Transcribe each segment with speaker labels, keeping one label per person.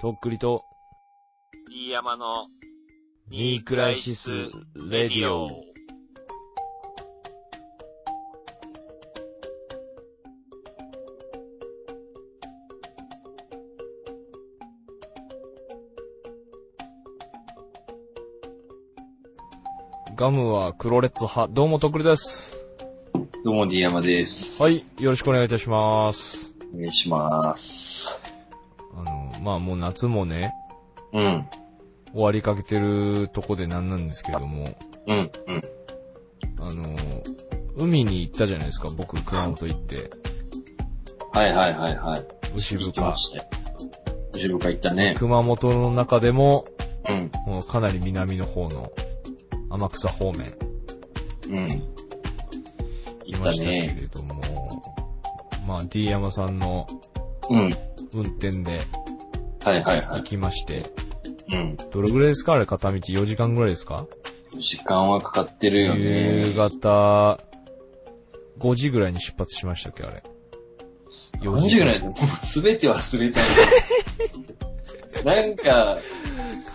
Speaker 1: とっくりと、
Speaker 2: 飯山の、
Speaker 1: ニークライシス・レディオ。ガムは黒列派。どうも、とっくりです。
Speaker 3: どうも、D 山です。
Speaker 1: はい。、よろしくお願いいたします。
Speaker 3: お願いします。
Speaker 1: あの、まあもう夏もね、
Speaker 3: うん、
Speaker 1: 終わりかけてるとこでなんなんですけれども、
Speaker 3: うん、うん。
Speaker 1: あの、海に行ったじゃないですか、僕、熊本行って。
Speaker 3: はいはいはいはい。
Speaker 1: 牛
Speaker 3: 行きま
Speaker 1: 深。
Speaker 3: したよ。牛深行ったね。
Speaker 1: 熊本の中でも、
Speaker 3: うん、
Speaker 1: もうかなり南の方の、天草方面、
Speaker 3: うん。
Speaker 1: 行
Speaker 3: 行
Speaker 1: き
Speaker 3: っ
Speaker 1: ま
Speaker 3: た
Speaker 1: したけ
Speaker 3: ね。
Speaker 1: れども、まあ、D 山さんの
Speaker 3: うん。
Speaker 1: 運転で
Speaker 3: はいはいは
Speaker 1: 行
Speaker 3: い。
Speaker 1: きまして、
Speaker 3: うん。
Speaker 1: どれぐらいですかあれ、片道4時間ぐらいですか
Speaker 3: 時間はかかってるよ
Speaker 1: 夕
Speaker 3: ね。
Speaker 1: 方、5時ぐらいに出発しましたっけ、あれ。4
Speaker 3: 4時ぐらいで、もう全ては忘 れたんだ。なんか、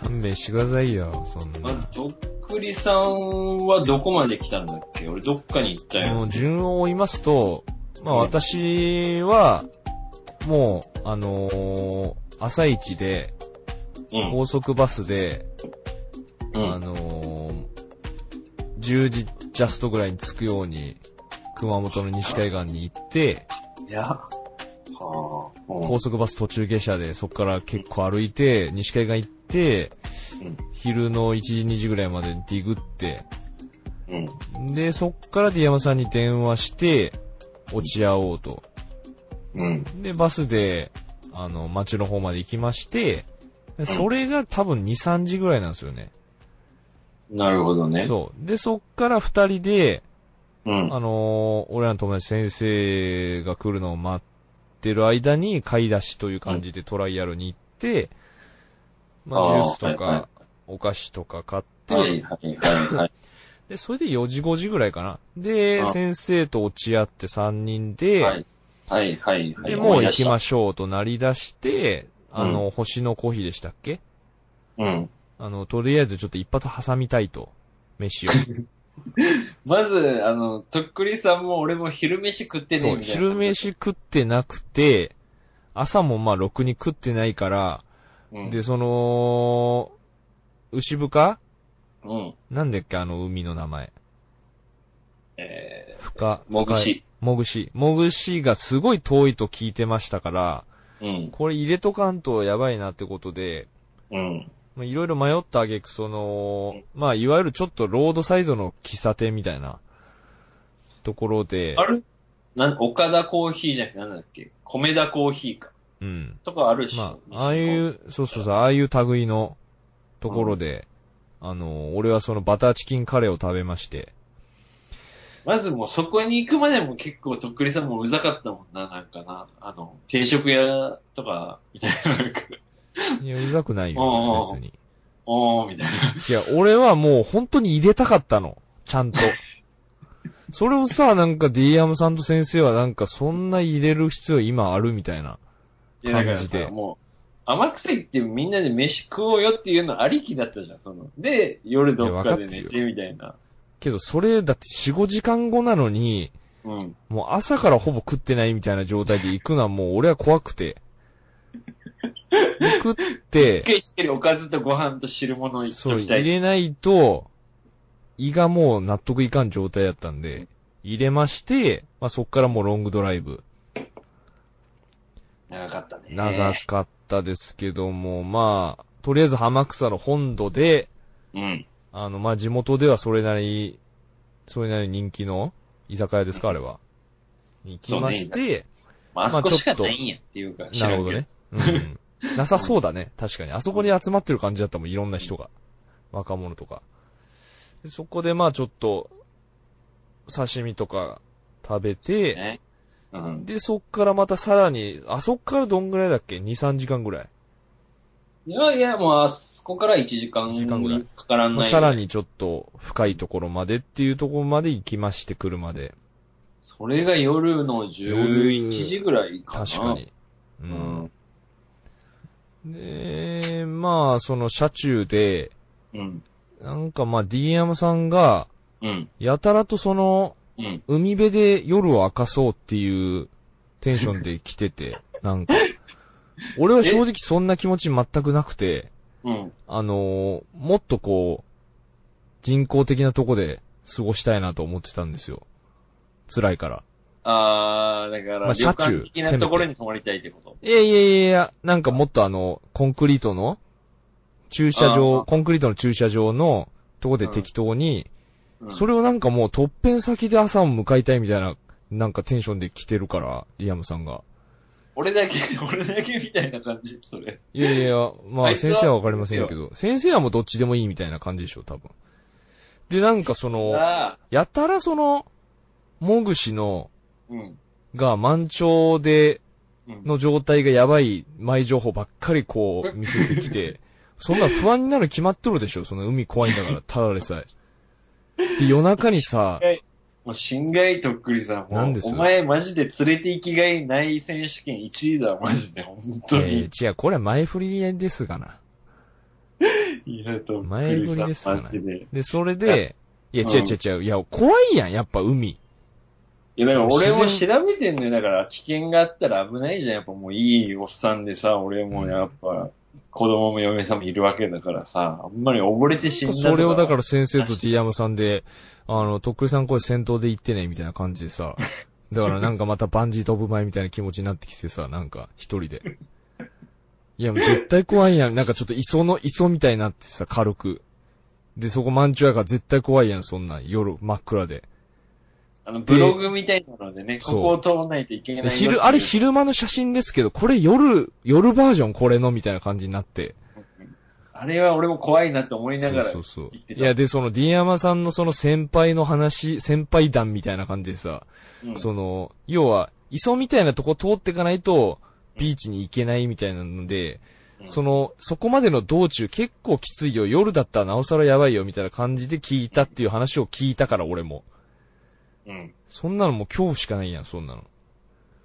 Speaker 1: 勘弁してくださいよ、そんな。
Speaker 3: まず、とっくりさんはどこまで来たんだっけ俺どっかに行った
Speaker 1: も
Speaker 3: よ
Speaker 1: う。順を追いますと、まあ
Speaker 3: うん
Speaker 1: 私は、もう、あのー朝一で、
Speaker 3: うん、
Speaker 1: 高速バスで、
Speaker 3: う
Speaker 1: あ
Speaker 3: ん。
Speaker 1: のー10時ジャストぐらいに着くように、熊本の西海岸に行って、
Speaker 3: いや。はあ。うん
Speaker 1: 高速バス途中下車で、そこから結構歩いて、西海岸行って、
Speaker 3: うん
Speaker 1: 昼の1時2時ぐらいまでディグって、
Speaker 3: うん。
Speaker 1: で、そっからディヤマさんに電話して、落ち合おうと。
Speaker 3: うん。
Speaker 1: で、バスで、あの、町の方まで行きまして、でそれが多分2、3時ぐらいなんですよね。
Speaker 3: なるほどね。
Speaker 1: そう。で、そっから2人で、
Speaker 3: うん。
Speaker 1: あのー俺らの友達先生が来るのを待ってる間に買い出しという感じでトライアルに行って、まあ、
Speaker 3: あ
Speaker 1: ジ
Speaker 3: ー
Speaker 1: ュースと
Speaker 3: はいはい
Speaker 1: か、お菓子とか買って
Speaker 3: はい、はいはいはい。
Speaker 1: で、それで4時5時ぐらいかな。で、
Speaker 3: あ
Speaker 1: 先生と落ち合って3人で、
Speaker 3: はいはいはいはい。
Speaker 1: で、もう行きま
Speaker 3: し
Speaker 1: しょうとなり出して、あの、星のコーヒーでしたっけ
Speaker 3: うん。
Speaker 1: あの、とりあえずちょっと一発挟みたいと。飯を。
Speaker 3: まず、あの、とっくりさんも俺も昼飯食ってね
Speaker 1: そう、
Speaker 3: みたいな。
Speaker 1: 昼飯食ってなくて、朝もまあ、ろくに食ってないから、
Speaker 3: うん。
Speaker 1: で、その、牛深
Speaker 3: うん。
Speaker 1: なんだっけ、あの、海の名前。
Speaker 3: え
Speaker 1: 深。
Speaker 3: ー、もぐ
Speaker 1: 深い。
Speaker 3: し。
Speaker 1: もぐし。もぐしがすごい遠いと聞いてましたから、
Speaker 3: うん。
Speaker 1: これ入れとかんとやばいなってことで、
Speaker 3: うん。
Speaker 1: まあいろいろ迷ったあげく、その、まあ、いわゆるちょっとロードサイドの喫茶店みたいなところで、
Speaker 3: あれなん、岡田コーヒーじゃなくてなんだっけ米田コーヒーか。
Speaker 1: うん。
Speaker 3: とかあるし。
Speaker 1: まあ、ああいう、そうそうそう、ああいう類のところで、あの、俺はそのバターチキンカレーを食べまして、
Speaker 3: まずもうそこに行くまでも結構とっくりさんもうざかったもんな、なんかな。あの、定食屋とか、みたいな、なんか、
Speaker 1: いや、うざくない
Speaker 3: うんう
Speaker 1: よ
Speaker 3: ん、
Speaker 1: 別に。
Speaker 3: おー、みたいな。
Speaker 1: いや、俺はもう本当に入れたかったの。ちゃんと。それをさ、なんか D アムさんと先生はなんかそんな入れる必要今あるみたいな。
Speaker 3: いや、だ
Speaker 1: 感
Speaker 3: から
Speaker 1: じで
Speaker 3: さ、もう、甘くいってみんなで飯食おうよっていうのありきだったじゃん、その。で、夜どっかで
Speaker 1: いや分
Speaker 3: 寝
Speaker 1: かって
Speaker 3: みたいな。
Speaker 1: けどそれだって4、5時間後なのに、
Speaker 3: うん。
Speaker 1: もう朝からほぼ食ってないみたいな状態で行くのはもう俺は怖くて。行くって
Speaker 3: 一、回しっかりおかずとご飯と汁物いっ
Speaker 1: そう、
Speaker 3: とき
Speaker 1: 入
Speaker 3: たい。
Speaker 1: れないと、胃がもう納得いかん状態だったんで、入れまして、まあ、そっからもうロングドライブ。
Speaker 3: 長かったね。
Speaker 1: 長かったですけども、まあ、とりあえず浜草の本土で、
Speaker 3: うん。
Speaker 1: あの、まあ、地元ではそれなり、それなり人気の居酒屋ですか、あれは。に行きまして、
Speaker 3: まあ、あ
Speaker 1: まあ
Speaker 3: そこし
Speaker 1: ちょ
Speaker 3: か
Speaker 1: っと
Speaker 3: ないんやっていうか、知
Speaker 1: な
Speaker 3: ら
Speaker 1: る
Speaker 3: ん
Speaker 1: ほど
Speaker 3: けど。
Speaker 1: ね。うん。なさそうだね、確かに。あそこに集まってる感じだったもん、いろんな人が。若者とか。でそこでまあちょっと、刺身とか食べて、
Speaker 3: ね。うん。
Speaker 1: で、そっからまたさらに、あそっからどんぐらいだっけ ?2、3時間ぐらい。
Speaker 3: いやいや、もうあそこから1時間
Speaker 1: 一時間ぐらい
Speaker 3: かからんない。
Speaker 1: さら。にちょっと深いところまでっていうところまで行きまして、車で。
Speaker 3: それが夜の11時ぐらいかな。
Speaker 1: 確か。に。う
Speaker 3: うんん。。
Speaker 1: で、まあ、その車中で、
Speaker 3: うん。
Speaker 1: なんかまあ、D 山さんが、
Speaker 3: うん。
Speaker 1: やたらとその、
Speaker 3: うん。
Speaker 1: 海辺で夜を明かそうっていうテンションで来て て、なんか。俺は正直そんな気持ち全くなくて、
Speaker 3: うん。
Speaker 1: あのーもっとこう、人工的なとこで過ごしたいなと思ってたんですよ。辛いから。
Speaker 3: あー、だから、
Speaker 1: まあ
Speaker 3: 旅
Speaker 1: 車中
Speaker 3: 館的なところに泊まりたいってこと。
Speaker 1: いやいやいやいや、なんかもっとあの、コンクリートの、駐車
Speaker 3: あ
Speaker 1: 場、
Speaker 3: ー
Speaker 1: コンクリートの駐車場のとこで適当に、そ
Speaker 3: れ
Speaker 1: れをなんかもう突編先で朝を迎えたいみたいな、なんかテンションで来てるから、リアムさんが。
Speaker 3: 俺だけ、 俺だけみたいな感じ、それ。
Speaker 1: いやい や、ま
Speaker 3: あ
Speaker 1: あ
Speaker 3: いつは
Speaker 1: 先生はわかりませんけど、先生はもうどっちでもいいみたいな感じでしょ、多分。で、なんかその、
Speaker 3: あ
Speaker 1: やたらその、モグシの、
Speaker 3: ーうん。
Speaker 1: が満潮で、
Speaker 3: うん。
Speaker 1: の状態がやばい前情報ばっかりこう見せてきて、 そんな不安になる決まっとるでしょ、その海怖いんだから、ただでさえ。で、夜中にさ、
Speaker 3: もう、心外とっくりさん、も
Speaker 1: 何
Speaker 3: う
Speaker 1: で、す
Speaker 3: お前マジで連れて行きがいない選手権1位だ、マジで、本当
Speaker 1: え
Speaker 3: に。
Speaker 1: ー、違う、これは前振りですがな。
Speaker 3: いや、とっく
Speaker 1: 前
Speaker 3: り
Speaker 1: 振
Speaker 3: さ
Speaker 1: り
Speaker 3: ん、
Speaker 1: ですよね
Speaker 3: マジで。
Speaker 1: で、それで、いや、
Speaker 3: うん
Speaker 1: 違う違う違う、いや、怖いやん、やっぱ海。
Speaker 3: いや、だから俺も
Speaker 1: 自
Speaker 3: 調べてんのよ。だから危険があったら危ないじゃん。やっぱもういいおっさんでさ、俺もやっぱ子供も嫁さんもいるわけだからさ、あんまり溺れて死んだと、
Speaker 1: それをだからら先生と T 山さんで、あの、とっくりさんこれ先頭で行ってね、みたいな感じで さ。だからなんかまたバンジー飛ぶ前みたいな気持ちになってきてさ、なんか一人で。いや、もう絶対怖いやん。なんかちょっと磯の、磯みたいになってさ、軽く。で、そこ満潮やから絶対怖いやん、そんなん。夜真っ暗で。
Speaker 3: あのブログみたいなのでね、
Speaker 1: そう
Speaker 3: ここを通らないといけないよ
Speaker 1: で
Speaker 3: っていう
Speaker 1: 昼、あれ昼間の写真ですけど、これ夜、夜バージョンこれのみたいな感じになって。
Speaker 3: あれは俺も怖いなと思いながら、
Speaker 1: そうそうそう
Speaker 3: 言ってた
Speaker 1: いや、で、その、ディアマさんのその先輩の話、先輩談みたいな感じでさ、
Speaker 3: うん
Speaker 1: その、要は、磯みたいなとこ通っていかないと、ビーチに行けないみたいなので、
Speaker 3: うん
Speaker 1: その、そこまでの道中結構きついよ、夜だったらなおさらやばいよ、みたいな感じで聞いたっていう話を聞いたから、俺も。
Speaker 3: うん
Speaker 1: そんなのもう恐怖しかないやん、そんなの。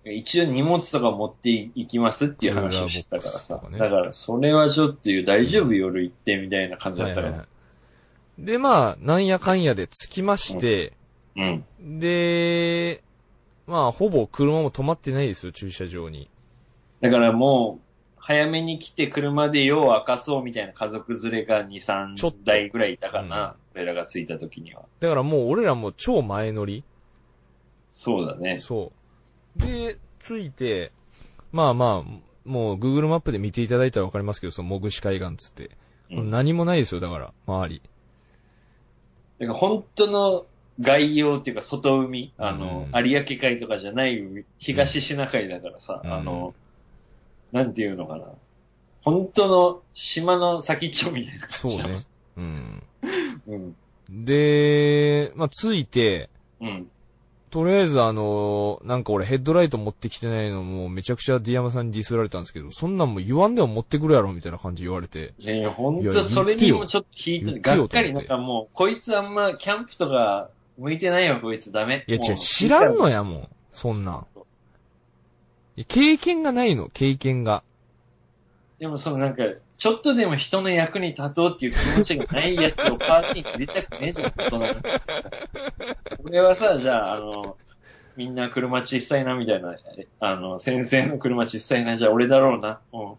Speaker 3: 一応荷物とか持っていきますっていう話をしてたからさ
Speaker 1: クーラーボックスとか。ね
Speaker 3: だから、それはちょっと大丈夫夜行ってみたいな感じだったか
Speaker 1: はいはい
Speaker 3: ら
Speaker 1: は。いで、まあ、なんやかんやで着きまして、
Speaker 3: うん。
Speaker 1: で、まあ、ほぼ車も止まってないですよ、駐車場に。
Speaker 3: だからもう、早めに来て車で夜を明かそうみたいな家族連れが2、
Speaker 1: ちょっと
Speaker 3: 3台ぐらいいたかな。俺らが着いた時には。
Speaker 1: だからもう俺らも超前乗り。
Speaker 3: そうだね。
Speaker 1: そう。で、着いて、まあまあ、もう Google マップで見ていただいたらわかりますけど、そのモグシ海岸つって。
Speaker 3: うん、だ
Speaker 1: 何もないですよ、だから、周り。
Speaker 3: から本当の概要っていうか外海、あの、
Speaker 1: うん
Speaker 3: 有明海とかじゃない海、東シナ海だからさ、
Speaker 1: うん
Speaker 3: あの、なんていうのかな。本当の島の先っちょみたいな
Speaker 1: そう
Speaker 3: 感じだもん
Speaker 1: ね。 うん。
Speaker 3: うん。
Speaker 1: で、まあ着いて、
Speaker 3: うん。
Speaker 1: とりあえずあの、なんか俺ヘッドライト持ってきてないのもめちゃくちゃディアマさんにディスられたんですけど、そんなんもう言わんでも持ってくるやろみたいな感じ言われて。
Speaker 3: いやいや、本
Speaker 1: いや
Speaker 3: 当それにもちょっと引い、
Speaker 1: 言っててよ
Speaker 3: がっか
Speaker 1: 言
Speaker 3: り、
Speaker 1: っ
Speaker 3: な
Speaker 1: て
Speaker 3: ん
Speaker 1: よ
Speaker 3: かもう、こいつあんまキャンプとか向いてないよ、こいつダメ。
Speaker 1: いや違
Speaker 3: も
Speaker 1: う、知らんの
Speaker 3: や。
Speaker 1: やもん。そんなん。いや経験がないの、経験が。
Speaker 3: でもそのなんか、ちょっとでも人の役に立とうっていう気持ちがないやつをパーティーに入れたくねえじゃん、大 人の。俺はさ、じゃあ、あの、みんな車小さいな、みたいな、あの、先生の車小さいな、じゃあ俺だろうな、うん、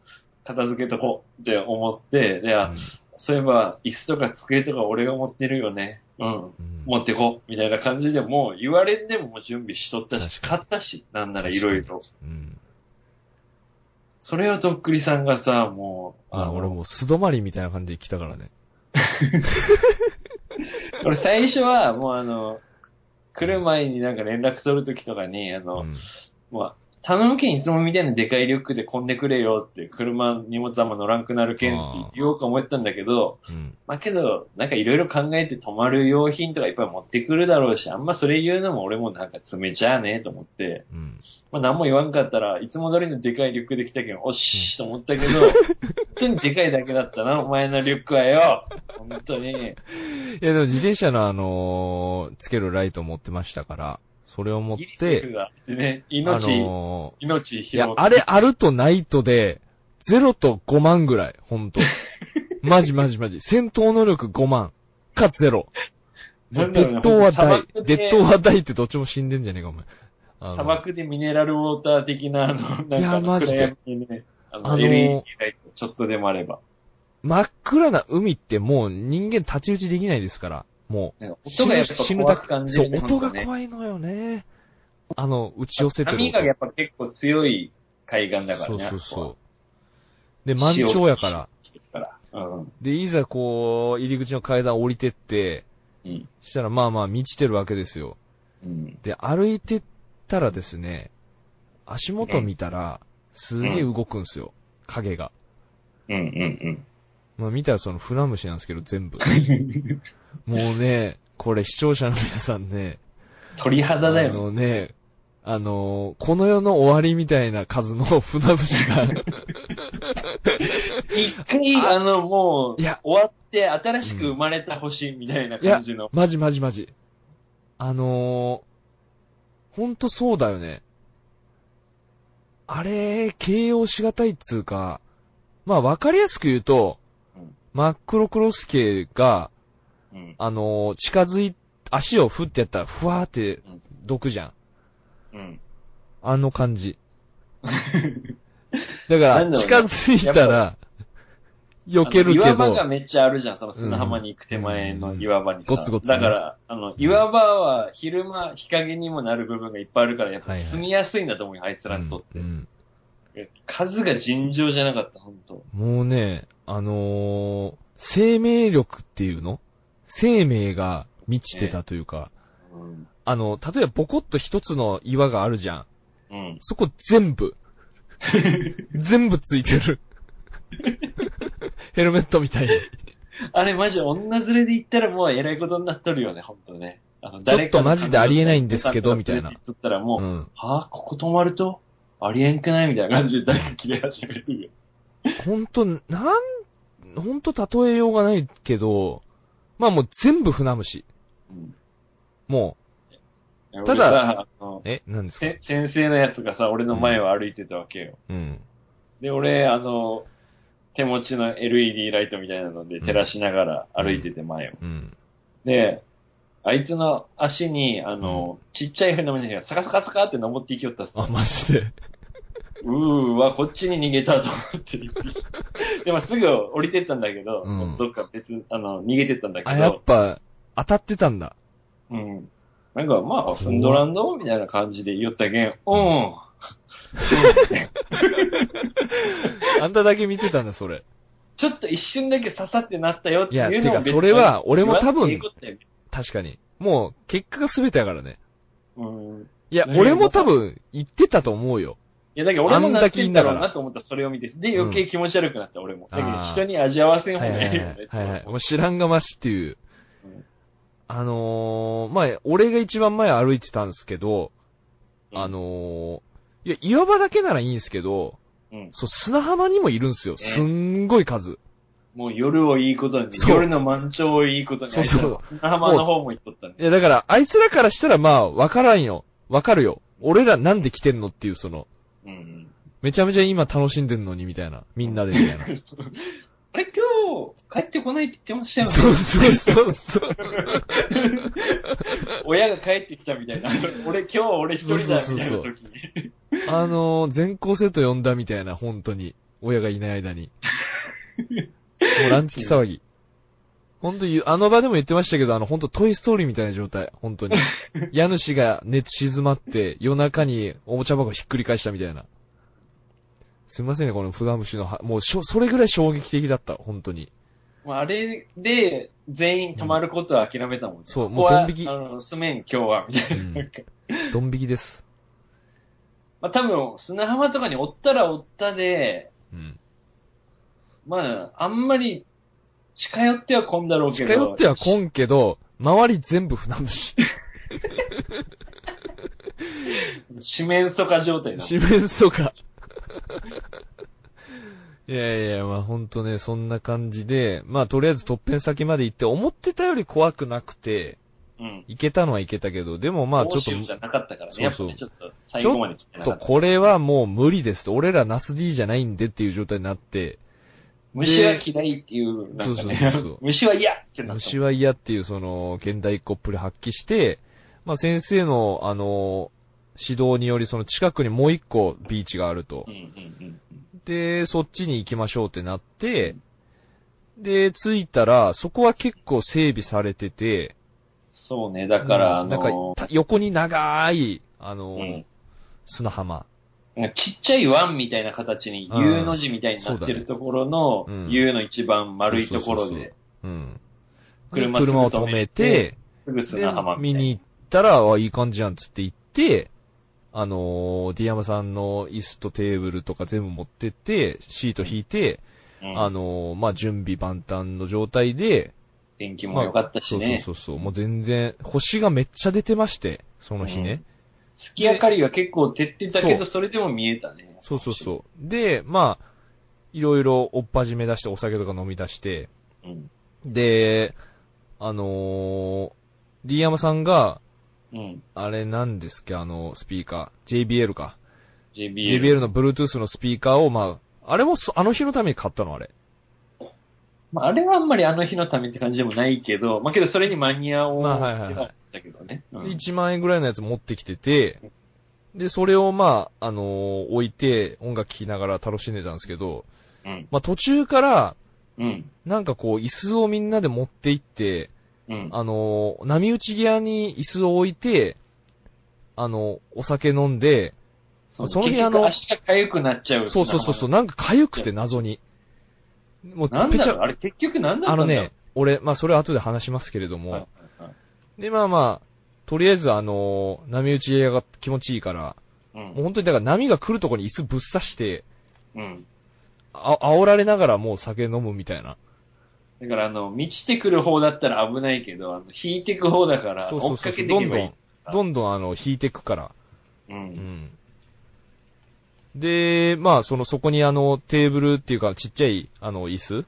Speaker 3: 片付けとこうって思って、で、あ、そういえば椅子とか机とか俺が持ってるよね、うん、
Speaker 1: うん
Speaker 3: 持ってこう、みたいな感じでもう言われんでももう準備しとったし、
Speaker 1: 確か
Speaker 3: 買ったし、なんならいろいろ。
Speaker 1: うん。
Speaker 3: それをとっくりさんがさ、もう、
Speaker 1: あ、
Speaker 3: の
Speaker 1: 俺もう素泊まりみたいな感じで来たからね。
Speaker 3: 俺最初はもうあの、来る前になんか連絡取るときとかに、あ
Speaker 1: う
Speaker 3: の、
Speaker 1: ん。
Speaker 3: もう頼むけんいつもみたいなでかいリュックでこんでくれよって、車荷物あんま乗らんくなるけんって言おうか思ったんだけど、
Speaker 1: うん。
Speaker 3: まあけど、なんかいろいろ考えて泊まる用品とかいっぱい持ってくるだろうし、あんまそれ言うのも俺もなんか詰めちゃあねえと思って、
Speaker 1: うん。
Speaker 3: まあ何も言わんかったら、いつも通りのでかいリュックできたけど、おっしーと思ったけど、本当にでかいだけだったな、お前のリュックはよ。本当に。
Speaker 1: いや、でも自転車のあのーつけるライト持ってましたから、それを持っ
Speaker 3: イギリス政
Speaker 1: て、
Speaker 3: 府があってね、
Speaker 1: あ
Speaker 3: 命、
Speaker 1: の
Speaker 3: 命
Speaker 1: ーい
Speaker 3: 拾
Speaker 1: や
Speaker 3: う、。
Speaker 1: あれあるとないとで、 0と5万ぐらい、ほん と。マジマジマジ。戦闘能力5万。か0。もう、
Speaker 3: な
Speaker 1: 鉄
Speaker 3: んだろ
Speaker 1: 塔
Speaker 3: うね
Speaker 1: は
Speaker 3: 砂
Speaker 1: 大。
Speaker 3: 漠で
Speaker 1: 鉄塔は大ってどっちも死んでんじゃねえか、お前。あの
Speaker 3: 砂漠でミネラルウォーター的な、あの、なんか、
Speaker 1: いやマジで。
Speaker 3: ね、
Speaker 1: あ
Speaker 3: あ
Speaker 1: の
Speaker 3: の、
Speaker 1: ー
Speaker 3: LED ライト、ちょっとでもあれば。
Speaker 1: 真っ暗な海ってもう人間立ち打ちできないですから、も
Speaker 3: なんか
Speaker 1: う。
Speaker 3: 音がやっぱ
Speaker 1: 死ぬ
Speaker 3: 怖く感じ
Speaker 1: そ
Speaker 3: る
Speaker 1: う、
Speaker 3: ね。
Speaker 1: 音が
Speaker 3: 本当ね
Speaker 1: 怖いのよね。あの、打ち寄せてる音。
Speaker 3: 波がやっぱ結構強い海岸だから
Speaker 1: そう
Speaker 3: ね。
Speaker 1: そうそう
Speaker 3: う。。
Speaker 1: で、満潮やから。
Speaker 3: からうん。
Speaker 1: で、いざこう、入り口の階段降りてって、
Speaker 3: うん。
Speaker 1: したらまあまあ満ちてるわけですよ。
Speaker 3: うん。
Speaker 1: で、歩いてったらですね、足元見たら、すげえ動くんすよ。影が。
Speaker 3: うん。 うん。
Speaker 1: まあ見たらそのフラムシなんですけど、全 部。もうね、これ視聴者の皆さんね、
Speaker 3: 鳥
Speaker 1: あ
Speaker 3: 肌だよね。
Speaker 1: のね、あのこの世の終わりみたいな数の 船節が、
Speaker 3: 一回、あの、もう、
Speaker 1: いや
Speaker 3: 終わって、新しく生まれた星みたいな感じの。
Speaker 1: マジマジマジ。あのー、ほんとそうだよね。あれ、形容しがたいっつうか、まあわかりやすく言うと
Speaker 3: うん、
Speaker 1: マックロクロスケが、
Speaker 3: うん。
Speaker 1: あのー近づい、足を振ってやったら、ふわーって
Speaker 3: うん、
Speaker 1: 毒じゃん。
Speaker 3: うん。
Speaker 1: あの感じ。だか
Speaker 3: なんだろう
Speaker 1: ら、
Speaker 3: ね
Speaker 1: 近づいたら、避けるけ
Speaker 3: 岩場が
Speaker 1: ど、
Speaker 3: めっちゃあるじゃん、その砂浜に行く手前の岩場にさ。
Speaker 1: うんゴツゴツね
Speaker 3: だから、あの、岩場は昼間日陰にもなる部分がいっぱいあるから、やっ
Speaker 1: は
Speaker 3: ぱ
Speaker 1: いはい
Speaker 3: 住みやすいんだと思うよ、あいつらにとって。
Speaker 1: うん
Speaker 3: 数が尋常じゃなかった、本当
Speaker 1: うんもうね、あのー生命力っていうの生命が満ちてたというか、
Speaker 3: うん。
Speaker 1: あの、例えばボコッと一つの岩があるじゃん。
Speaker 3: うん。
Speaker 1: そこ全 部。全部ついてる。ヘルメットみたいに。
Speaker 3: あれマジ女連れで行ったらもう偉いことになっとるよね、本当ね。あの
Speaker 1: ちょっとマジでありえないんですけどみたいな
Speaker 3: 誰かの彼女と行ったらもう、
Speaker 1: う
Speaker 3: は
Speaker 1: ん。
Speaker 3: あここ泊まるとありえんくないみたいな感じで誰か切れ始めるよ。
Speaker 1: ほんと、なん、ほんと例えようがないけど、まあもう全部船虫。
Speaker 3: うん
Speaker 1: も
Speaker 3: 俺さ、あの
Speaker 1: う、え、なんですか
Speaker 3: せ先生のやつがさ、俺の前を歩いてたわけよ。
Speaker 1: うん。
Speaker 3: で、俺、あの、手持ちの LED ライトみたいなので照らしながら歩いてて前を。
Speaker 1: うん。
Speaker 3: で、あいつの足に、あの、ちっちゃい船の船がサカサカサカって登っていきよったっす。
Speaker 1: あ、マジで。
Speaker 3: うーわ、こっちに逃げたと思って。でもすぐ降りてったんだけど、
Speaker 1: うん
Speaker 3: どっか別、あの、逃げてったんだ
Speaker 1: あ、
Speaker 3: け
Speaker 1: やっ
Speaker 3: ど、
Speaker 1: ぱ、当たってたんだ。
Speaker 3: うん。なんか、まあ、フンドランドみたいな感じで言ったけん、うん。
Speaker 1: あんただけ見てたんだ、それ。
Speaker 3: ちょっと一瞬だけ刺さってなったよっていうのも
Speaker 1: いやてか
Speaker 3: 別に
Speaker 1: それは俺も多分
Speaker 3: 言わなくていいことだよ
Speaker 1: 確かに。もう、結果が全てだからね。
Speaker 3: うん。
Speaker 1: いや、
Speaker 3: ね
Speaker 1: 俺も多分、言ってたと思うよ。
Speaker 3: いや、だけど俺もな
Speaker 1: あんだ
Speaker 3: ってんだろう
Speaker 1: け言いなが
Speaker 3: なと思ったらそれを見て、で、余計気持ち悪くなった、俺も。だけど
Speaker 1: あー
Speaker 3: 人に味合わせん
Speaker 1: は
Speaker 3: 方
Speaker 1: いは
Speaker 3: がいい
Speaker 1: い
Speaker 3: よ
Speaker 1: は
Speaker 3: ね
Speaker 1: い。。はいはい。もう知らんがましっていう
Speaker 3: うん。
Speaker 1: あのー、まあ、俺が一番前歩いてたんですけど、
Speaker 3: うん
Speaker 1: あのー、いや、岩場だけならいいんですけど、
Speaker 3: うん
Speaker 1: そう、砂浜にもいるんですよ。すんごい数。
Speaker 3: もう夜をいいことに、
Speaker 1: そう
Speaker 3: 夜の満潮をいいことに、
Speaker 1: そうそう
Speaker 3: あいつら砂浜の方も行っとったね。
Speaker 1: いや、だから、あいつらからしたら、まあ、わからんよ。わかるよ。俺らなんで来てんのっていう、その、
Speaker 3: うんうん。
Speaker 1: めちゃめちゃ今楽しんでんのに、みたいな。みんなで、みたいな。
Speaker 3: あれ、今日、帰ってこないって言って ましたよね。
Speaker 1: そうそうそうそう。
Speaker 3: 親が帰ってきたみたいな。 俺、今日は俺一人だ、
Speaker 1: そう
Speaker 3: みたい
Speaker 1: そ
Speaker 3: な
Speaker 1: うそう
Speaker 3: 時に。
Speaker 1: あのー、全校生徒呼んだみたいな、本当に。親がいない間に。もうランチキ騒ぎ。本当に、あの場でも言ってましたけど、あの、本当トイストーリーみたいな状態。本当に。家主が熱静まって、夜中におもちゃ箱ひっくり返したみたいな。すいませんね、このフダムシのは、もうしょ、それぐらい衝撃的だった、本当に。
Speaker 3: まあ、あれで、全員泊まることは諦めたもんね。
Speaker 1: そう
Speaker 3: ここは
Speaker 1: もうドン引き
Speaker 3: あの、すめん、今日は、みたい
Speaker 1: うん
Speaker 3: な。なんか
Speaker 1: ドン引きです。
Speaker 3: まあ、多分、砂浜とかにおったらおったで、
Speaker 1: うん。
Speaker 3: まあ、あんまり、近寄ってはこんだろうけど。
Speaker 1: 近寄ってはこんけど、周り全部フダムシ。
Speaker 3: 四面楚歌状態だ。
Speaker 1: 四面楚歌。いやいや、まあほんとね、そんな感じで、まあとりあえず突編先まで行って、思ってたより怖くなくて、
Speaker 3: うん。
Speaker 1: いけたのはいけたけど、でもまあちょっと
Speaker 3: 欧州、じゃなかったからね。やっぱ
Speaker 1: そうそう
Speaker 3: りちょっと最後まで来てな
Speaker 1: ち
Speaker 3: か
Speaker 1: ょっ
Speaker 3: っ
Speaker 1: と
Speaker 3: た。
Speaker 1: これはもう無理ですと、俺らナス D じゃないんでっていう状態になって、
Speaker 3: 虫は嫌いっていう、なん
Speaker 1: そ
Speaker 3: かね
Speaker 1: うそうそうそう
Speaker 3: 虫は嫌ってなった。
Speaker 1: 虫は嫌っていうその、現代っ子っぷり発揮して、まあ先生の、あの、指導によりその近くにもう一個ビーチがあると
Speaker 3: うん。うんうんうん。
Speaker 1: で、そっちに行きましょうってなって、で、着いたら、そこは結構整備されてて、
Speaker 3: そうね、だから、
Speaker 1: うん
Speaker 3: あ
Speaker 1: なんか
Speaker 3: の、
Speaker 1: た横に長い、あの、
Speaker 3: うん
Speaker 1: 砂浜。
Speaker 3: なんかちっちゃい湾みたいな形に U の字みたいになってるところ
Speaker 1: うん
Speaker 3: の
Speaker 1: そうだねうん
Speaker 3: U の一番丸いところ
Speaker 1: そうそうそう
Speaker 3: で、
Speaker 1: うん。
Speaker 3: 車
Speaker 1: です
Speaker 3: ぐ
Speaker 1: 車を止めて、
Speaker 3: すぐ砂浜
Speaker 1: で見
Speaker 3: みたいな。
Speaker 1: に行ったら、あ、いい感じやんっつって行って、あのー、ディアムさんの椅子とテーブルとか全部持ってって、シート引いて、
Speaker 3: うん
Speaker 1: あのー、まあ、準備万端の状態で、
Speaker 3: 天気も良かったし
Speaker 1: まあ
Speaker 3: ね。
Speaker 1: そうそうそうそう、もう全然、星がめっちゃ出てまして、その日ね。
Speaker 3: うん月明かりは結構照ってたけ
Speaker 1: そう
Speaker 3: ど、それでも見えたね。
Speaker 1: そうそうそう。で、まあ、いろいろおっ始め出して、お酒とか飲み出して、
Speaker 3: うん。
Speaker 1: で、あのー、D 山さんが、
Speaker 3: うん。
Speaker 1: あれなんですっけ、あの、スピーカー、JBL か。
Speaker 3: JBL。
Speaker 1: JBL の Bluetooth のスピーカーを、まあ、あれもそ、あの日のために買ったの、あれ。
Speaker 3: まあ、あれはあんまりあの日のためって感じでもないけど、まあけどそれに間に合おう
Speaker 1: ま
Speaker 3: っ
Speaker 1: あ
Speaker 3: て
Speaker 1: はいはいはい
Speaker 3: なったけどね。
Speaker 1: で、
Speaker 3: うん
Speaker 1: 1万円ぐらいのやつ持ってきてて、で、それを、まあ、あのー置いて、音楽聴きながら楽しんでたんですけど、
Speaker 3: うん。
Speaker 1: まあ、途中から、
Speaker 3: うん。
Speaker 1: なんかこう、椅子をみんなで持って行って、
Speaker 3: うん。
Speaker 1: あの、波打ち際に椅子を置いて、あの、お酒飲んで、
Speaker 3: そう
Speaker 1: その日
Speaker 3: 結局
Speaker 1: あの
Speaker 3: 足が痒くなっちゃう。
Speaker 1: そうそうそう、そう
Speaker 3: う。
Speaker 1: なんか痒くて謎に。もう
Speaker 3: なん
Speaker 1: ぺ
Speaker 3: だ
Speaker 1: ち
Speaker 3: ろう
Speaker 1: ゃ、
Speaker 3: あれ結局なんだろ
Speaker 1: あ
Speaker 3: う
Speaker 1: のね、、俺、まあそれは後で話しますけれど
Speaker 3: はい
Speaker 1: も、
Speaker 3: はいはい
Speaker 1: で、まあまあ、とりあえずあの、波打ち際が気持ちいいから、
Speaker 3: うん
Speaker 1: もう本当にだから波が来るとこに椅子ぶっ刺して、
Speaker 3: うん。
Speaker 1: あ煽られながらもう酒飲むみたいな。
Speaker 3: だから、あの、満ちてくる方だったら危ないけど、あの、引いてく方だから、
Speaker 1: そうそ
Speaker 3: 追
Speaker 1: う
Speaker 3: っ
Speaker 1: そ
Speaker 3: か
Speaker 1: う、
Speaker 3: けてい
Speaker 1: ど
Speaker 3: け
Speaker 1: ん
Speaker 3: ば
Speaker 1: ど
Speaker 3: いい
Speaker 1: ん。、どんどんあの、引いてくから。
Speaker 3: うん。
Speaker 1: うん。で、まあ、その、そこにあの、テーブルっていうか、ちっちゃい、あの、椅子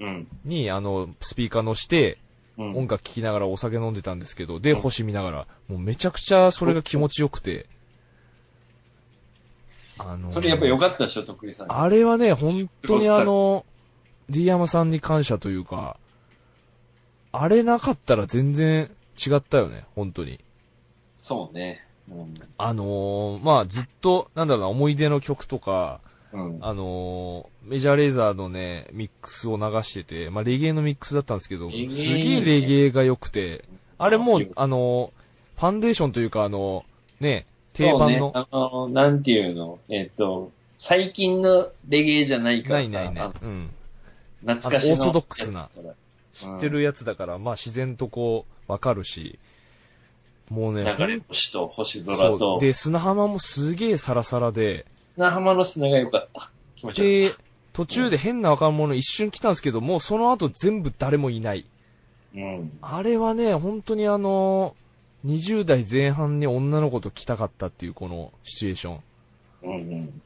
Speaker 3: うん。
Speaker 1: に、あの、スピーカーのして、
Speaker 3: うん。
Speaker 1: 音楽聴きながらお酒飲んでたんですけど、で、
Speaker 3: うん
Speaker 1: 星見ながら、もうめちゃくちゃそれが気持ちよくて、あの、
Speaker 3: それやっぱ良かったでしょ、徳利さん。
Speaker 1: あれはね、本当にあの、D 山さんに感謝というか、あれなかったら全然違ったよね、本当に。
Speaker 3: そうね。うん。
Speaker 1: あのーまあ、ずっと、なんだろうな、思い出の曲とか、
Speaker 3: うん。
Speaker 1: あのーメジャーレーザーのね、ミックスを流してて、まあ、レゲエのミックスだったんですけど、
Speaker 3: レゲエ
Speaker 1: すげえレゲエが良くて、あれも
Speaker 3: う、
Speaker 1: うんあのーファンデーションというか、あのーね、定
Speaker 3: そう
Speaker 1: 番
Speaker 3: ね
Speaker 1: の、
Speaker 3: あの、なんていうの、えっと、最近のレゲエじゃないか
Speaker 1: な
Speaker 3: ら
Speaker 1: い
Speaker 3: さ。
Speaker 1: ないな
Speaker 3: あ
Speaker 1: い
Speaker 3: の、
Speaker 1: うん。
Speaker 3: 懐かしの
Speaker 1: あのオーソドックスな。知
Speaker 3: うん
Speaker 1: ってるやつだから、まあ、自然とこう、わかるし、もう
Speaker 3: 流
Speaker 1: ね、
Speaker 3: れ星と星空
Speaker 1: ほんそ
Speaker 3: と
Speaker 1: う、で、砂浜もすげえサラサラで、
Speaker 3: 砂浜の砂が良かった。気持ちよかっ
Speaker 1: で、途中で変な若者一瞬来たんですけど、もうその後全部誰もいない。
Speaker 3: た。うん。
Speaker 1: あれはね、本当にあの、20代前半に女の子と来たかったっていうこのシチュエーション。っ
Speaker 3: うんうん。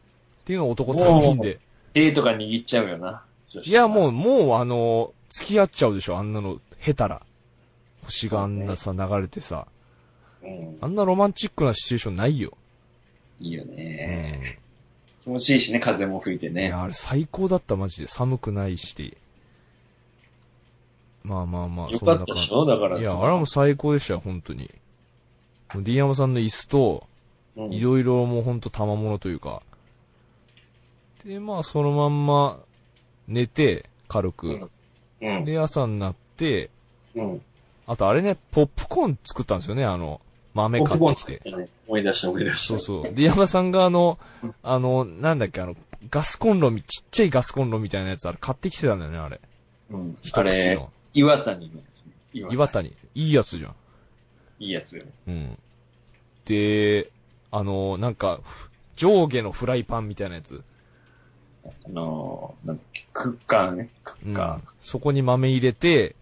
Speaker 1: ていうのを男3人で。
Speaker 3: 手とか握っちゃうよな。
Speaker 1: いや、も
Speaker 3: う。
Speaker 1: う、もうあの、付き合っちゃうでしょ、あんなの、下手ら。星があんなさ、流れてさ。
Speaker 3: うん
Speaker 1: あ。んなロマンチックなシチュエーションないよ。
Speaker 3: いいよね。
Speaker 1: え
Speaker 3: 気持ちいいしね、風も吹いて
Speaker 1: え。い
Speaker 3: ね。
Speaker 1: や、あれ最高だった、マジで。寒くないし。まあまあまあ、
Speaker 3: よかったでしょだから
Speaker 1: いや、あれはもう最高でしたよ、本当に。もう D 山さんの椅子と、
Speaker 3: うん
Speaker 1: いろいろもうほんと賜物というか。で、まあそのまんま寝て、軽く。
Speaker 3: うん。
Speaker 1: で、朝になって、
Speaker 3: うん。
Speaker 1: あとあれね、ポップコーン作ったんですよね、あの、豆
Speaker 3: 僕
Speaker 1: 買
Speaker 3: も
Speaker 1: って
Speaker 3: 好
Speaker 1: き
Speaker 3: き
Speaker 1: て。
Speaker 3: だね。思い出した思い出した。
Speaker 1: そうそう。で、山さんがあの、あの、なんだっけ、あの、ガスコンロみ、ちっちゃいガスコンロみたいなやつ、あれ買ってきてたんだよね、あれ。
Speaker 3: うん。
Speaker 1: 一
Speaker 3: あ
Speaker 1: 口
Speaker 3: れ、
Speaker 1: の。
Speaker 3: 岩谷のやつね。
Speaker 1: 岩。谷。いいやつじゃん。
Speaker 3: いいやつよ。
Speaker 1: うん。で、あの、なんか、ふ上下のフライパンみたいなやつ。
Speaker 3: あのー、なんだっけクッカーね。ク
Speaker 1: う
Speaker 3: ッ
Speaker 1: ん
Speaker 3: カ
Speaker 1: そこに豆入れて、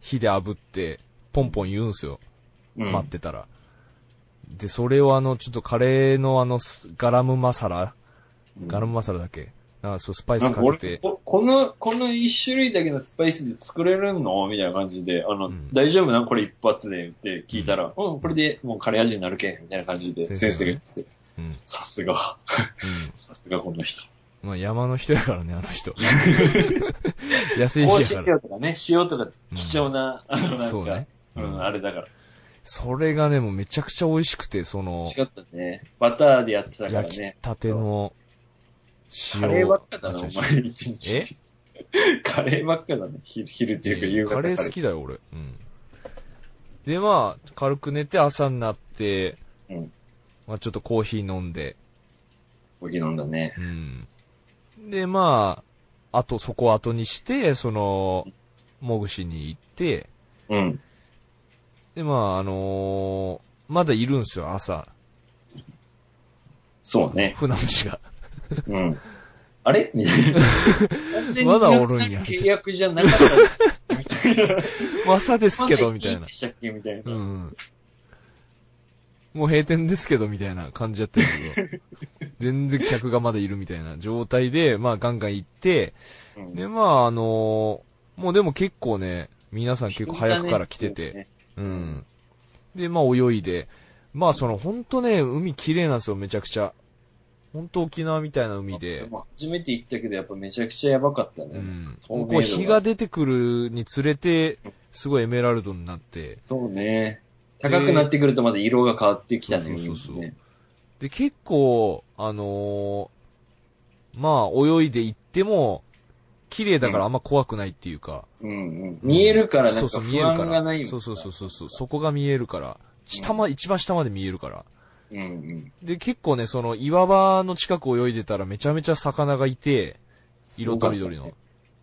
Speaker 1: 火で炙って、ポンポン言うんすよ。
Speaker 3: ー。うん
Speaker 1: 待ってたら。で、それをあの、ちょっとカレーのあの、スガラムマサラ
Speaker 3: うん
Speaker 1: ガラムマサラだっけあそう、スパイ
Speaker 3: な
Speaker 1: ス
Speaker 3: んか
Speaker 1: か
Speaker 3: 俺
Speaker 1: けて。
Speaker 3: ここの、この一種類だけのスパイスで作れるのみたいな感じで、あの、
Speaker 1: うん
Speaker 3: 大丈夫なこれ一発でって聞いたら、うん、これでもうカレー味になるけん、みたいな感じで
Speaker 1: 先
Speaker 3: 先
Speaker 1: 生
Speaker 3: 生
Speaker 1: が
Speaker 3: が
Speaker 1: ね
Speaker 3: 言ってて、
Speaker 1: うん。うん。
Speaker 3: さすが、さすがこの人。
Speaker 1: まあ山の人やからね、あの 人。野生
Speaker 3: 香
Speaker 1: 児や
Speaker 3: 辛
Speaker 1: から。
Speaker 3: 料とかね、塩とか貴重な、あの、なん
Speaker 1: そう
Speaker 3: か、
Speaker 1: ね。
Speaker 3: う
Speaker 1: うん
Speaker 3: ん、あれだから。
Speaker 1: それがね、もうめちゃくちゃ美味しくて、その、
Speaker 3: 違ったね。バターでやってたから
Speaker 1: 焼き
Speaker 3: ね。
Speaker 1: たての塩。
Speaker 3: カレーばっかだな、
Speaker 1: あ
Speaker 3: お
Speaker 1: 違う
Speaker 3: 前一日。え カレーばっかだね。昼昼っていうか夕方
Speaker 1: カレー好きだよ、俺。うん。で、まあ、軽く寝て朝になって、
Speaker 3: うん
Speaker 1: まあ、ちょっとコーヒー飲んで、
Speaker 3: コーヒー飲んだね。
Speaker 1: うん。で、まあ、あと、そこを後にして、その、モグシに行って、
Speaker 3: うん。
Speaker 1: で、まあ、あのーまだいるんすよ、朝。
Speaker 3: そうね。
Speaker 1: 船橋が。
Speaker 3: うん。あれみたいな。完全に
Speaker 1: まだおるんや
Speaker 3: 契約じゃなかった。みたいな。
Speaker 1: 朝 ですけど、みたい
Speaker 3: まだ
Speaker 1: な
Speaker 3: で。したっけみたい
Speaker 1: うん
Speaker 3: な。
Speaker 1: うん。もう閉店ですけど、みたいな感じやったんやけ ど。全然客がまだいるみたいな状態で、まあ、ガンガン行って、
Speaker 3: うん
Speaker 1: で、まあ、あのーもうでも結構ね、皆さん結構早くから来てて、。うん。で、まあ、泳いで、まあ、その、ほんとね、海綺麗なんですよ、めちゃくちゃ。ほんと沖縄みたいな海
Speaker 3: で
Speaker 1: で。
Speaker 3: も初めて行ったけど、やっぱめちゃくちゃやばかった
Speaker 1: う
Speaker 3: ね。
Speaker 1: ん。
Speaker 3: 透明
Speaker 1: こ
Speaker 3: 度が
Speaker 1: う、日が出てくるにつれて、すごいエメラルドになって。
Speaker 3: そうね。高くなってくるとまだ色が変わってきたね。
Speaker 1: そうそうそう
Speaker 3: 海ね
Speaker 1: で、結構、あのーまあ、泳いで行っても、綺麗だからあんま怖くないっていうか。
Speaker 3: うんうん。見えるからな
Speaker 1: そ
Speaker 3: ん
Speaker 1: うそ
Speaker 3: か
Speaker 1: う見
Speaker 3: 不
Speaker 1: えるから
Speaker 3: 安がない
Speaker 1: そうそうそうそうそう。そこが見えるから。下ま、一番下まで見えるから。
Speaker 3: う。うんうん。
Speaker 1: で、結構ね、その岩場の近く泳いでたらめちゃめちゃ魚がいて、色とりどりの。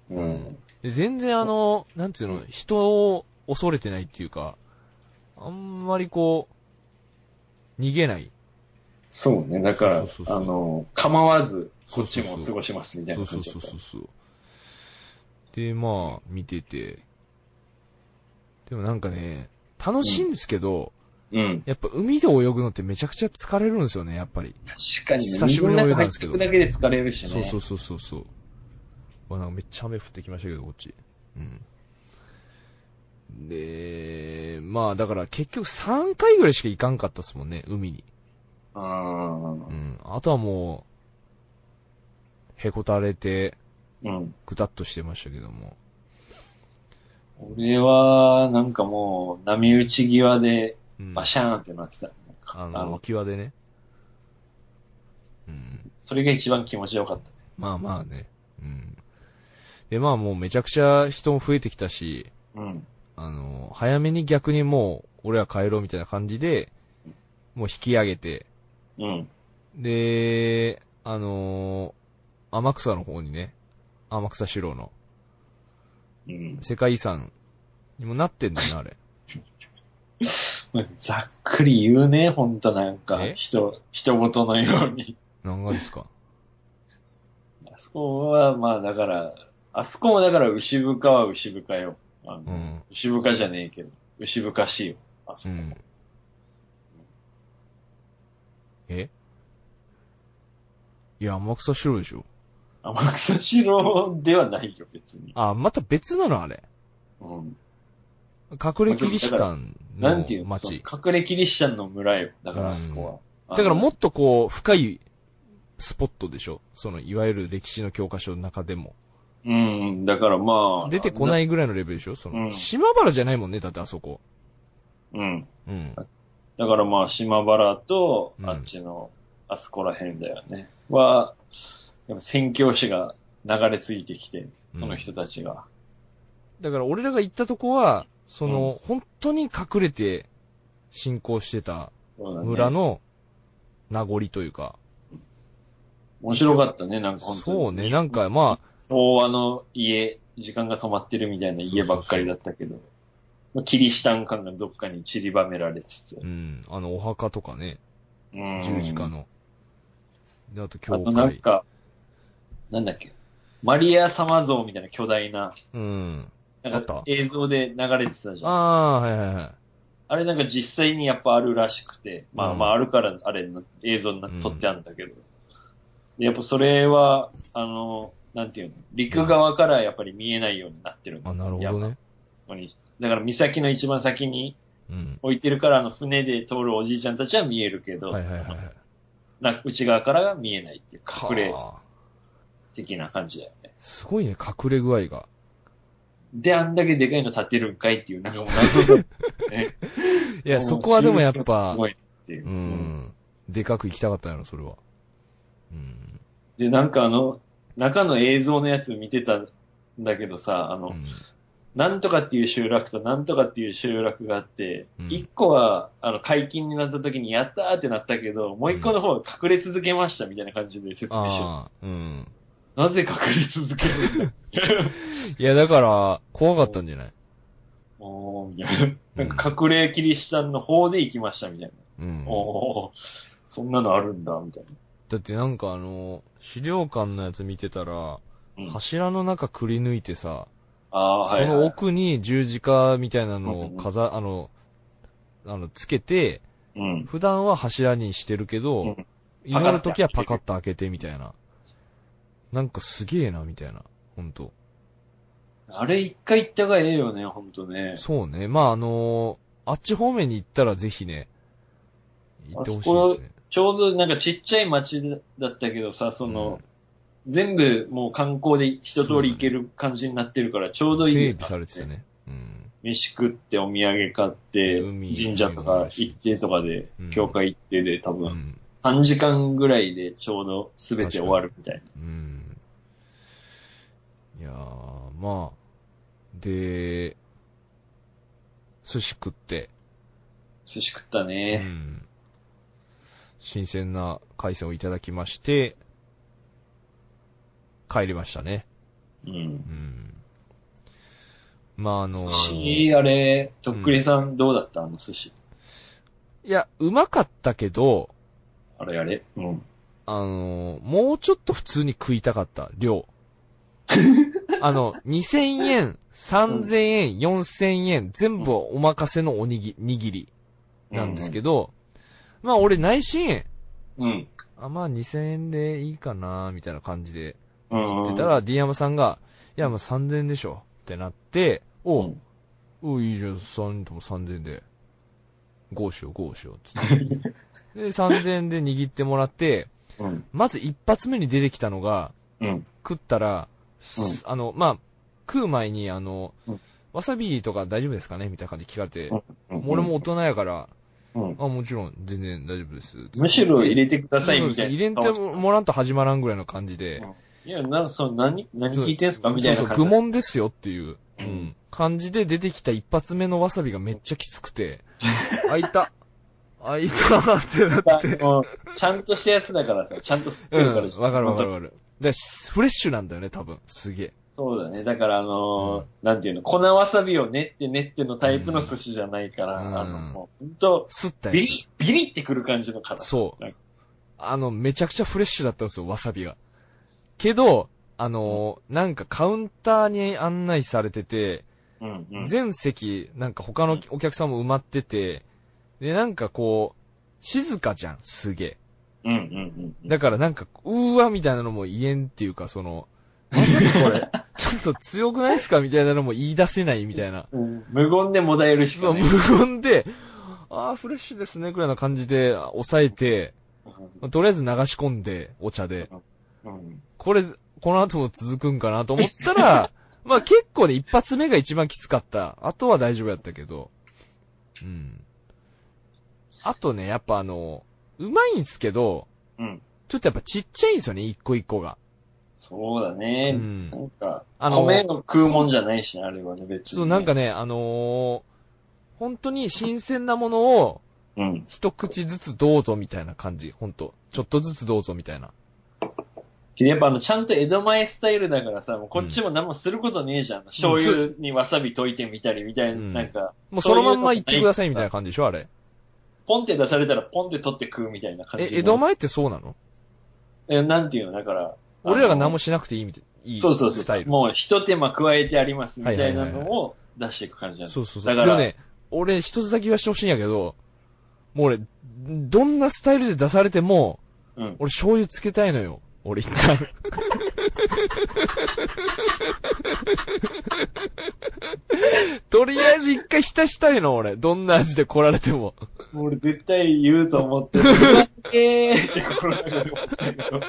Speaker 3: うん。
Speaker 1: で全然あの、なんていうの、人を恐れてないっていうか、あんまりこう、逃げない。
Speaker 3: そうね。だから、
Speaker 1: そうそうそうそう
Speaker 3: あの、構わず、
Speaker 1: そ
Speaker 3: こ
Speaker 1: う
Speaker 3: っ
Speaker 1: そう
Speaker 3: ち
Speaker 1: そう
Speaker 3: も過ごしますみたい
Speaker 1: そ
Speaker 3: な
Speaker 1: うそ
Speaker 3: 感
Speaker 1: う
Speaker 3: じだ
Speaker 1: そ
Speaker 3: っ
Speaker 1: う
Speaker 3: た。
Speaker 1: そうそう。で、まあ、見てて。でもなんかね、楽しいんですけど、
Speaker 3: うん。
Speaker 1: やっぱ海で泳ぐのってめちゃくちゃ疲れるんですよね、やっぱり。
Speaker 3: 確かにね、
Speaker 1: 久しぶ
Speaker 3: 水
Speaker 1: り
Speaker 3: の
Speaker 1: に泳いだんで
Speaker 3: 中入っ
Speaker 1: すけど
Speaker 3: てくだけで疲れるしね。
Speaker 1: そうそうそうそうそう。まあ、なんかめっちゃ雨降ってきましたけど、こっち。うん。で、まあだから結局3回ぐらいしか行かんかったっすもんね、海に。
Speaker 3: あ
Speaker 1: うん。あとはもう、へこたれて、
Speaker 3: ーうん。
Speaker 1: ぐたっとしてましたけども。
Speaker 3: 俺は、なんかもう、波打ち際で、
Speaker 1: うん。
Speaker 3: バシャーンってなってた。
Speaker 1: あ
Speaker 3: あ
Speaker 1: の、
Speaker 3: の
Speaker 1: 浮き輪でね。うん。
Speaker 3: それが一番気持ちよかった。
Speaker 1: まあまあね。うん。で、まあもうめちゃくちゃ人も増えてきたし、
Speaker 3: うん。
Speaker 1: あの、早めに逆にもう、俺は帰ろうみたいな感じで、もう引き上げて、
Speaker 3: うん。
Speaker 1: で、あのー天草の方にね、天草四郎の
Speaker 3: うん。
Speaker 1: 世界遺産にもなってんだよね、あ れ。
Speaker 3: ざっくり言うね、ほんとなんか
Speaker 1: え、
Speaker 3: 人、人事のように。
Speaker 1: 何がですか
Speaker 3: あそこは、まあだから、あそこもだから牛深は牛深よ。あの
Speaker 1: うん
Speaker 3: 牛深じゃねえけど、牛深しいよ。あそうこ。
Speaker 1: ん。えいや、天草四郎でしょ。
Speaker 3: 天草四郎ではないよ、別に。
Speaker 1: あ、また別なの、あれ。
Speaker 3: うん。
Speaker 1: 隠れキリシタン
Speaker 3: な
Speaker 1: の
Speaker 3: んていうのその
Speaker 1: 町。
Speaker 3: 隠れキリシタンの村よ。だか
Speaker 1: う
Speaker 3: ら
Speaker 1: ん
Speaker 3: あそこは。
Speaker 1: だからも
Speaker 3: っ
Speaker 1: っとこう、深いスポットでしょその、いわゆる歴史の教科書の中でも。
Speaker 3: うん、だからまあ。。
Speaker 1: 出てこないいぐらいのレベルでしょその、
Speaker 3: うん
Speaker 1: 島原じゃないもんね、だってあそこ。
Speaker 3: うん。
Speaker 1: うん。
Speaker 3: だからまあ、島原と
Speaker 1: う、ん
Speaker 3: あっちの、あそこら辺だよね。は、でも宣教師が流れ着いてきて、その人たちが。
Speaker 1: だから俺らが行ったとこは、その、
Speaker 3: う
Speaker 1: 本当に隠れて信仰してた
Speaker 3: そうだね
Speaker 1: 村。の名残というか。
Speaker 3: 面白かったね、なんか本当に。
Speaker 1: そうね、なんかまあ、
Speaker 3: 昭和の家、時間が止まってるみたいな家ばっかりだったけど、まあキリシタン感がどっかに散りばめられつつ
Speaker 1: う。ん、あの、お墓とかね、
Speaker 3: うん
Speaker 1: 十字架の。で、あと
Speaker 3: あ
Speaker 1: 教
Speaker 3: となん
Speaker 1: 会。
Speaker 3: か、なんだっけ、マリア様像みたいな巨大な、
Speaker 1: うん。
Speaker 3: なん
Speaker 1: あっ
Speaker 3: か
Speaker 1: た
Speaker 3: 映像で流れてたじ
Speaker 1: あ
Speaker 3: ゃん。あ
Speaker 1: あ、はいはいはい。
Speaker 3: れなんか実際にやっぱあるらしくて、まあ
Speaker 1: うん
Speaker 3: まああるからあれの映像にな
Speaker 1: うん
Speaker 3: 撮ってあるんだけど、でやっぱそれは、あの、なんていうの、陸側からやっぱり見えないようになってるの
Speaker 1: あ、なるほどね。
Speaker 3: 山にだから岬の一番先に
Speaker 1: うん。
Speaker 3: 置いてるから、あの、船で通るおじいちゃんたちは見えるけど、
Speaker 1: はいはいはいはい。
Speaker 3: な内側からが見えないっていう、隠れ
Speaker 1: はあ
Speaker 3: 的な感じだよね。
Speaker 1: すごいね、隠れ具合が。
Speaker 3: で、あんだけでかいの立てるんかいっていう、なんかもう謎だね
Speaker 1: いや、そこはでもやっぱ
Speaker 3: す、ごいっていうう。
Speaker 1: ん。でかく行きたかったんやろ、それは。うん。
Speaker 3: で、なんかあの、中の映像のやつ見てたんだけどさ、あの、
Speaker 1: うん
Speaker 3: なんとかっていう集落となんとかっていう集落があって
Speaker 1: う、ん
Speaker 3: 一、個は、あの、解禁になった時にやったーってなったけど、もう一個の方は隠れ続けましたみたいな感じで説明して
Speaker 1: ああ、うん。
Speaker 3: た。なぜ隠れ続けるんだ
Speaker 1: いや、だから、怖かったんじゃない
Speaker 3: おーみたいな。なんか隠れキリシタンの方で行きましたみたいな。
Speaker 1: うん。
Speaker 3: おー、そんなのあるんだ、みたい
Speaker 1: だってなんかあの、資料館のやつ見てたら、
Speaker 3: な。うん、
Speaker 1: 柱の中くり抜いてさ、
Speaker 3: あー、は
Speaker 1: そ
Speaker 3: い、はい。
Speaker 1: の奥に十字架みたいなのを
Speaker 3: うん
Speaker 1: 飾、あの、あの、つけて、
Speaker 3: うん。
Speaker 1: 普段は柱にしてるけ
Speaker 3: う
Speaker 1: ど
Speaker 3: ん、
Speaker 1: 祈るときはパカッと開けてみたいな。なんかすげえな、みたいな。ほんと。
Speaker 3: あれ一回行ったがええよね、ほんとね。
Speaker 1: そうね。まあ、あのーあっち方面に行ったらぜひね、行ってほしいですね。
Speaker 3: ちょうどなんかちっちゃい町だったけどさ、その、全部もう観光で一通り行ける感じになってるから、ちょ
Speaker 1: う、
Speaker 3: うんどいい、
Speaker 1: 整備されてた。ね。うん。
Speaker 3: 飯食ってお土産買って、
Speaker 1: 海
Speaker 3: 神社とか行ってとかで
Speaker 1: うん、
Speaker 3: 教会行ってで、多
Speaker 1: う
Speaker 3: 分
Speaker 1: ん。
Speaker 3: 3時間ぐらいでちょうど全て終わるみたいな。
Speaker 1: うん。いやー、まあ、で、寿司食って、
Speaker 3: 寿司食った
Speaker 1: う
Speaker 3: ね。
Speaker 1: ん。新鮮な海鮮をいただきまして、帰りましたね。
Speaker 3: うん
Speaker 1: う。ん。まあ、あのー
Speaker 3: 寿司、あれ、とっくりさんどうだったあの寿司。
Speaker 1: いや、うまかったけど、
Speaker 3: あれあれうん。
Speaker 1: あのー、もうちょっと普通に食いたかった、 量。あの、2000円、3000円、4000円、全部お任せのおにぎ、握りなんですけど、まあ俺内心円、
Speaker 3: うん。
Speaker 1: あ、まあ2000円でいいかな、みたいな感じで
Speaker 3: う
Speaker 1: 言
Speaker 3: ん。
Speaker 1: ってたら、D 山さんが、いや、まあ3000円でしょ、ってなって、
Speaker 3: う
Speaker 1: おう、
Speaker 3: ん、
Speaker 1: おういいじゃん、3人とも3000円で、5しよう、5しよう、つって。 で、3000円で握ってもらって、
Speaker 3: うん。
Speaker 1: まず一発目に出てきたのが、
Speaker 3: うん。
Speaker 1: 食ったら、すあの、まあ、食う前に、あの、
Speaker 3: うん
Speaker 1: わさびとか大丈夫ですかねみたいな感じで聞かれて、
Speaker 3: うんうん
Speaker 1: 俺も大人やから、
Speaker 3: うん。
Speaker 1: あ、もちろん全然大丈夫です。
Speaker 3: むしろ入れてくだ
Speaker 1: そ
Speaker 3: さ
Speaker 1: う
Speaker 3: い
Speaker 1: そう
Speaker 3: み
Speaker 1: そ
Speaker 3: た
Speaker 1: う
Speaker 3: いな。
Speaker 1: 入れてもらんと始まらんぐらいの感じで、
Speaker 3: いや、な、その、何、何聞いてんすかみたいな
Speaker 1: そう
Speaker 3: 感
Speaker 1: そう、
Speaker 3: じ。
Speaker 1: 愚問ですよっていう、う
Speaker 3: うんん、
Speaker 1: 感じで出てきた一発目のわさびがめっちゃきつく て、あいた、あいたってなって、
Speaker 3: もうちゃんとしたやつだからさ、ちゃんと吸って
Speaker 1: う
Speaker 3: る
Speaker 1: ん、
Speaker 3: から。
Speaker 1: わかるわかる
Speaker 3: 本
Speaker 1: わかる。で、フレッシュなんだよね、多分。すげえ。
Speaker 3: 当そうだね。だから、あのー、なんていうの、粉わさびを練って練ってのタイプの寿司じゃないから、
Speaker 1: うん
Speaker 3: あの、もう、ほんと、
Speaker 1: すった
Speaker 3: ビ
Speaker 1: やつ。
Speaker 3: リ、ビリってくる感じの辛さ。
Speaker 1: そう
Speaker 3: なんか。
Speaker 1: あの、めちゃくちゃフレッシュだったんですよ、わさびが。けど、あのーなんかカウンターに案内されてて、
Speaker 3: うんうん。
Speaker 1: 全席、なんか他のお客さんも埋まってて、で、なんかこう、静かじゃん、すげえ。
Speaker 3: うんうんうん。
Speaker 1: だからなんか、うーわみたいなのも言えんっていうか、その、 わさびこれ、ちょっと強くないっすかみたいなのも言い出せないみたいな。
Speaker 3: うん無言でもだえるし
Speaker 1: そ
Speaker 3: か
Speaker 1: う、
Speaker 3: ね
Speaker 1: 無言で、あー、フレッシュですね、くらいの感じで、抑えて、まあとりあえず流し込んで、お茶で。
Speaker 3: うん
Speaker 1: これ、この後も続くんかなと思った ら、まあ結構ね、一発目が一番きつかった。あとは大丈夫やったけど。うん。あとね、やっぱあの、うまいんすけど、
Speaker 3: うん。
Speaker 1: ちょっとやっぱちっちゃいんですよね、一個一個が。
Speaker 3: そうだね。
Speaker 1: うん
Speaker 3: なんか、
Speaker 1: あの
Speaker 3: 米の食うもんじゃないしね、あれはね、別に。
Speaker 1: そう、なんか、ね、あのー本当に新鮮なものを
Speaker 3: うん。
Speaker 1: 一口ずつどうぞみたいな感じ。本当ちょっとずつどうぞみたいな。
Speaker 3: やっぱあの、ちゃんと江戸前スタイルだからさ、もうこっちも何もすることねえじゃん。醤油にわさび溶いてみたりみたいな、
Speaker 1: うん
Speaker 3: なんか。
Speaker 1: もうそのまんま言
Speaker 3: い
Speaker 1: ってくださいみたい
Speaker 3: な。
Speaker 1: な感じでしょ、あれ。
Speaker 3: ポンって出されたらポンって取って食うみたいな感じ
Speaker 1: え、
Speaker 3: の。
Speaker 1: 江戸前ってそうなの
Speaker 3: えなんていうの、だから。
Speaker 1: 俺らが何も
Speaker 3: し
Speaker 1: しなくていいみたい。いい
Speaker 3: そうそう
Speaker 1: スタ
Speaker 3: そ
Speaker 1: イ
Speaker 3: う。
Speaker 1: ル。
Speaker 3: もう一手間加えてありますみたいな
Speaker 1: はいはいはい
Speaker 3: のを出していく感じなの。
Speaker 1: そうそうそう。
Speaker 3: だか
Speaker 1: でも
Speaker 3: ら、
Speaker 1: ね、俺一つだけ言わしてほしいんやけど、もう俺、どんなスタイルで出されても、
Speaker 3: うん。
Speaker 1: 俺醤油つけたいのよ。俺一 旦。とりあえず一回浸したいの、俺。どんな味で来られても。
Speaker 3: 俺絶対言うと思って、うわえ ーってこの中で思ったけど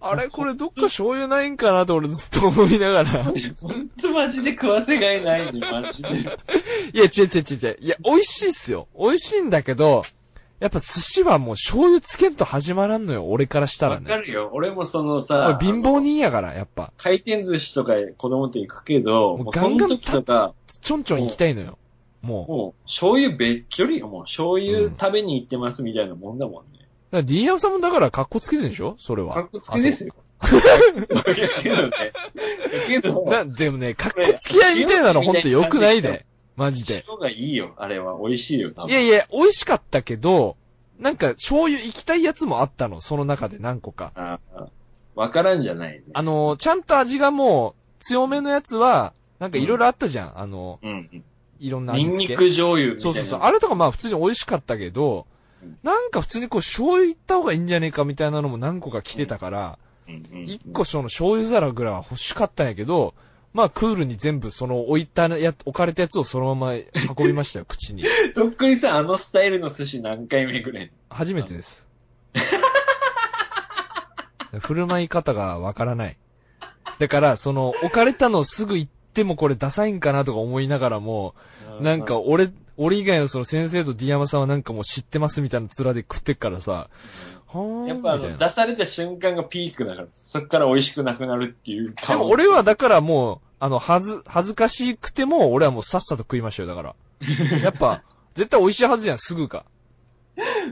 Speaker 1: あれこれどっか醤油ないんかなと俺ずっと思いながら。い
Speaker 3: ほんとマジで食わせがいないね、マジで。
Speaker 1: や、違う違う違う違う。いや、美味しいっすよ。美味しいんだけど、やっぱ寿司はもう醤油つけんと始まらんのよ、俺からしたら
Speaker 3: わ
Speaker 1: ね。
Speaker 3: かるよ。俺もその
Speaker 1: 俺
Speaker 3: さ、
Speaker 1: 貧乏人やから、やっぱ。
Speaker 3: 回転寿司とか子供の時行くけ
Speaker 1: も
Speaker 3: ど、
Speaker 1: う
Speaker 3: もう
Speaker 1: ガ
Speaker 3: そ
Speaker 1: ン
Speaker 3: の
Speaker 1: ガン
Speaker 3: 時とか、
Speaker 1: ちょんちょん行きたいのよ。もう。
Speaker 3: もう醤油べっちょりよ、もう醤
Speaker 1: う
Speaker 3: 油
Speaker 1: ん
Speaker 3: 食べに行ってますみたいなもんだもんね。
Speaker 1: だから D ムさんもだから格好つけてるんでしょそれは。
Speaker 3: かっこつけですよ。けどね。け ど、
Speaker 1: な、でもね、格好付き合いみたいなのほんと良くないで。マジで。
Speaker 3: 塩がいいよ、あれは。美味しいよ、多
Speaker 1: い
Speaker 3: 分。
Speaker 1: やいや、美味しかったけど、なんか醤油行きたいやつもあったの、その中で何個か。
Speaker 3: あーわからんじゃないね。
Speaker 1: あのー、ちゃんと味がもう、強めのやつは、なんかいろいろあったじゃん。あの
Speaker 3: うん。
Speaker 1: ー、いろんな
Speaker 3: ニ
Speaker 1: 味
Speaker 3: ン
Speaker 1: 付
Speaker 3: ニ
Speaker 1: け。
Speaker 3: ク醤油みた
Speaker 1: そ
Speaker 3: いうな。
Speaker 1: そうそう。あれとかまあ普通に美味しかったけど
Speaker 3: うん、
Speaker 1: なんか普通にこう醤油行った方がいいんじゃねえかみたいなのも何個か来てたから、
Speaker 3: うんうん
Speaker 1: 一個その醤油皿ぐらいは欲しかったんやけど、まあクールに全部その置いたや、置かれたやつをそのまま運びま したよ、口に。
Speaker 3: とっくりさん、あのスタイルの寿司何回目ぐらい
Speaker 1: 初めてです。振る舞い方がわからない。だから、その、置かれたのすぐ行ってもこれダサいんかなとか思いながらも、なんか、俺、俺以外のその先生と D 山さんはなんかもう知ってますみたいな面で食ってっからさ、はーん
Speaker 3: やっぱあ
Speaker 1: みたい
Speaker 3: の、
Speaker 1: な。
Speaker 3: 出された瞬間がピークだから、そっから美味しくなくなるっていう
Speaker 1: で
Speaker 3: 顔。
Speaker 1: も俺はだからもう、あの、はず、恥ずかしくても、俺はもうさっさと食いましたよ、だ から。やっぱ、絶対美味しいはずじゃん、すぐか。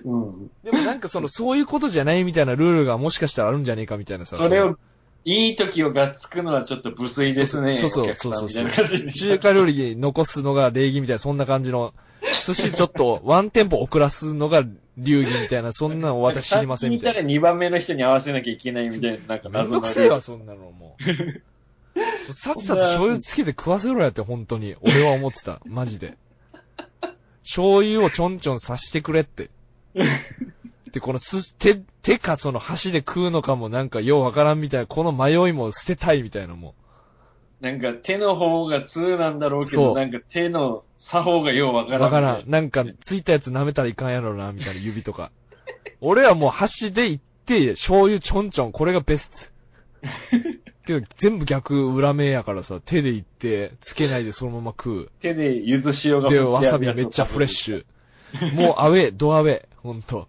Speaker 3: うん。
Speaker 1: でもなんかその、そういうことじゃないみたいなルールがもしかしたらあるんじゃねえかみたいなさ。
Speaker 3: それを、いい時をがっつくのはちょっと無粋ですね。
Speaker 1: そうそう
Speaker 3: お客さん
Speaker 1: そうそうそう
Speaker 3: みたいな感じで
Speaker 1: 中華料理に残すのが礼儀みたいな、そんな感じの、寿司ちょっとワンテンポ遅らすのが流儀みたいな、そんなの私知りませんみたいな。
Speaker 3: 先に行ったら2番目の人に合わせなきゃいけないみたいな、なんか
Speaker 1: めん
Speaker 3: 謎
Speaker 1: ど
Speaker 3: の。
Speaker 1: くせえわ、そんなのも う。さっさと醤油つけて食わせろやって、本当に。俺は思って た。マジで。醤油をちょんちょん刺してくれ って。で、このす、手、手かその箸で食うのかもなんかようわからんみたいな、この迷いも捨てたいみたいなも
Speaker 3: なんか手の方が2なんだろうけ
Speaker 1: そう
Speaker 3: ど、なんか手の作法がようわか
Speaker 1: う。わ
Speaker 3: らん。
Speaker 1: からん。なんか、ついたやつ舐めたらいかんやろな、みたいな指とか。 俺はもう箸で行って、醤油ちょんちょん、これがベス ト。けど、全部逆裏目やからさ、手で行って、つけないでそのまま食う。
Speaker 3: 手で柚子塩が
Speaker 1: で、
Speaker 3: 振っ
Speaker 1: わ
Speaker 3: てあ
Speaker 1: さ
Speaker 3: る
Speaker 1: び
Speaker 3: やつ
Speaker 1: めっちゃフレッシュ。もうアウェイ、ドアウェイ、ほん と。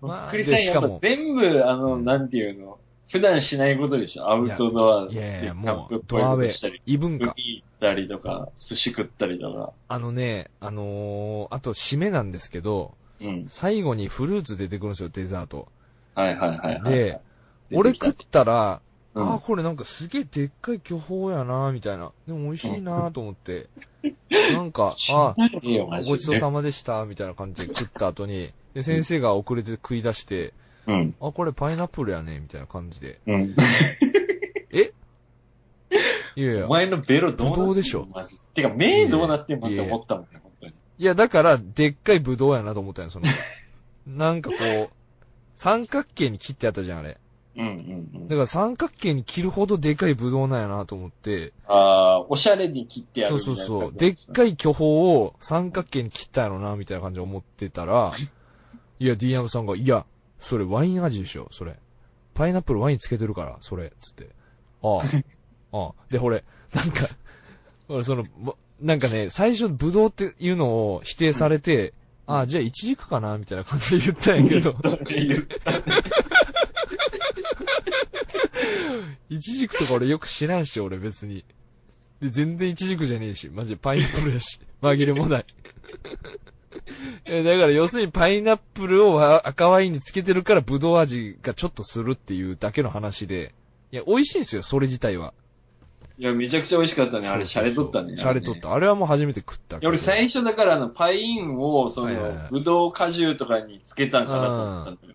Speaker 3: とっくりさん、
Speaker 1: でし
Speaker 3: や
Speaker 1: か
Speaker 3: っぱ
Speaker 1: も
Speaker 3: 全部、あの、
Speaker 1: うん
Speaker 3: なんていうの、普段しないことでしょアウトドア
Speaker 1: いやいや、
Speaker 3: キャン
Speaker 1: も
Speaker 3: プっ
Speaker 1: う、
Speaker 3: ぽい
Speaker 1: ドア
Speaker 3: こ
Speaker 1: ウ
Speaker 3: と
Speaker 1: ェ
Speaker 3: したり
Speaker 1: イ、、異文
Speaker 3: 海
Speaker 1: 化。
Speaker 3: 行ったりとか、寿司食ったりとか。
Speaker 1: あのね、あのー、あと締めなんですけど、
Speaker 3: うん。
Speaker 1: 最後にフルーツ出てくるんですよ、デザート。
Speaker 3: はいはいはいはい。
Speaker 1: で、
Speaker 3: 出
Speaker 1: 俺
Speaker 3: てきた
Speaker 1: 食ったら、
Speaker 3: うん
Speaker 1: ああ、これなんかすげえでっかい巨峰やな、みたいな。でも美味しいなと思 って。なんか、あ
Speaker 3: ないよ、マ
Speaker 1: あ、
Speaker 3: ジで。
Speaker 1: ごちそうさまでした、みたいな感じで食った後に、で、先生が遅れて食い出して、
Speaker 3: うん。
Speaker 1: あ、これパイナップルやね、みたいな感じで。
Speaker 3: うん。
Speaker 1: いやいや
Speaker 3: お、前のベロどうなってん
Speaker 1: ぶど
Speaker 3: の
Speaker 1: うでしょ
Speaker 3: マジてか、目どうなってんのって思ったもんね、本当に。
Speaker 1: いや、だから、でっかいブドウやなと思ったんよ、その。なんかこう、三角形に切ってあったじゃん、あれ。
Speaker 3: うんうんうん
Speaker 1: だ。から三角形に切るほどでかいブドウなんやなと思って、
Speaker 3: ああ、おしゃれに切ってやる
Speaker 1: そう
Speaker 3: みた
Speaker 1: そ
Speaker 3: いうな感じ
Speaker 1: そう。でっかい巨峰を三角形に切ったやろな、みたいな感じで思ってたら、いや、DM さんが、いや、それワイン味でしょ、それ。パイナップルワインつけてるから、それ、つって。ああ。ああ。で、俺、なんか、俺その、まなんかね、最初、ブドウっていうのを否定されて、ああ、じゃあ、イチジクかな、みたいな感じで言ったんやけど、 イチジクとか俺よく知らんし、俺別に。で、全然イチジクじゃねえし、マジでパイナップルや し、紛れもない。 えだから要するにパイナップルをわ赤ワインにつけてるからブドウ味がちょっとするっていうだけの話で、いや、美味しいんですよ、それ自体は。
Speaker 3: いや、めちゃくちゃ美味しかったね。あれ、シ
Speaker 1: そ
Speaker 3: ャ
Speaker 1: うそ
Speaker 3: レ
Speaker 1: うそう
Speaker 3: とったね。
Speaker 1: シャレとっ
Speaker 3: あ
Speaker 1: た。あれはもう初めて食った
Speaker 3: れね。い
Speaker 1: けど。
Speaker 3: や俺最初だから、あの、パインを、そ
Speaker 1: はいはいはい
Speaker 3: の、ぶどう果汁とかにつけたんかなと思ったんだよ。
Speaker 1: うん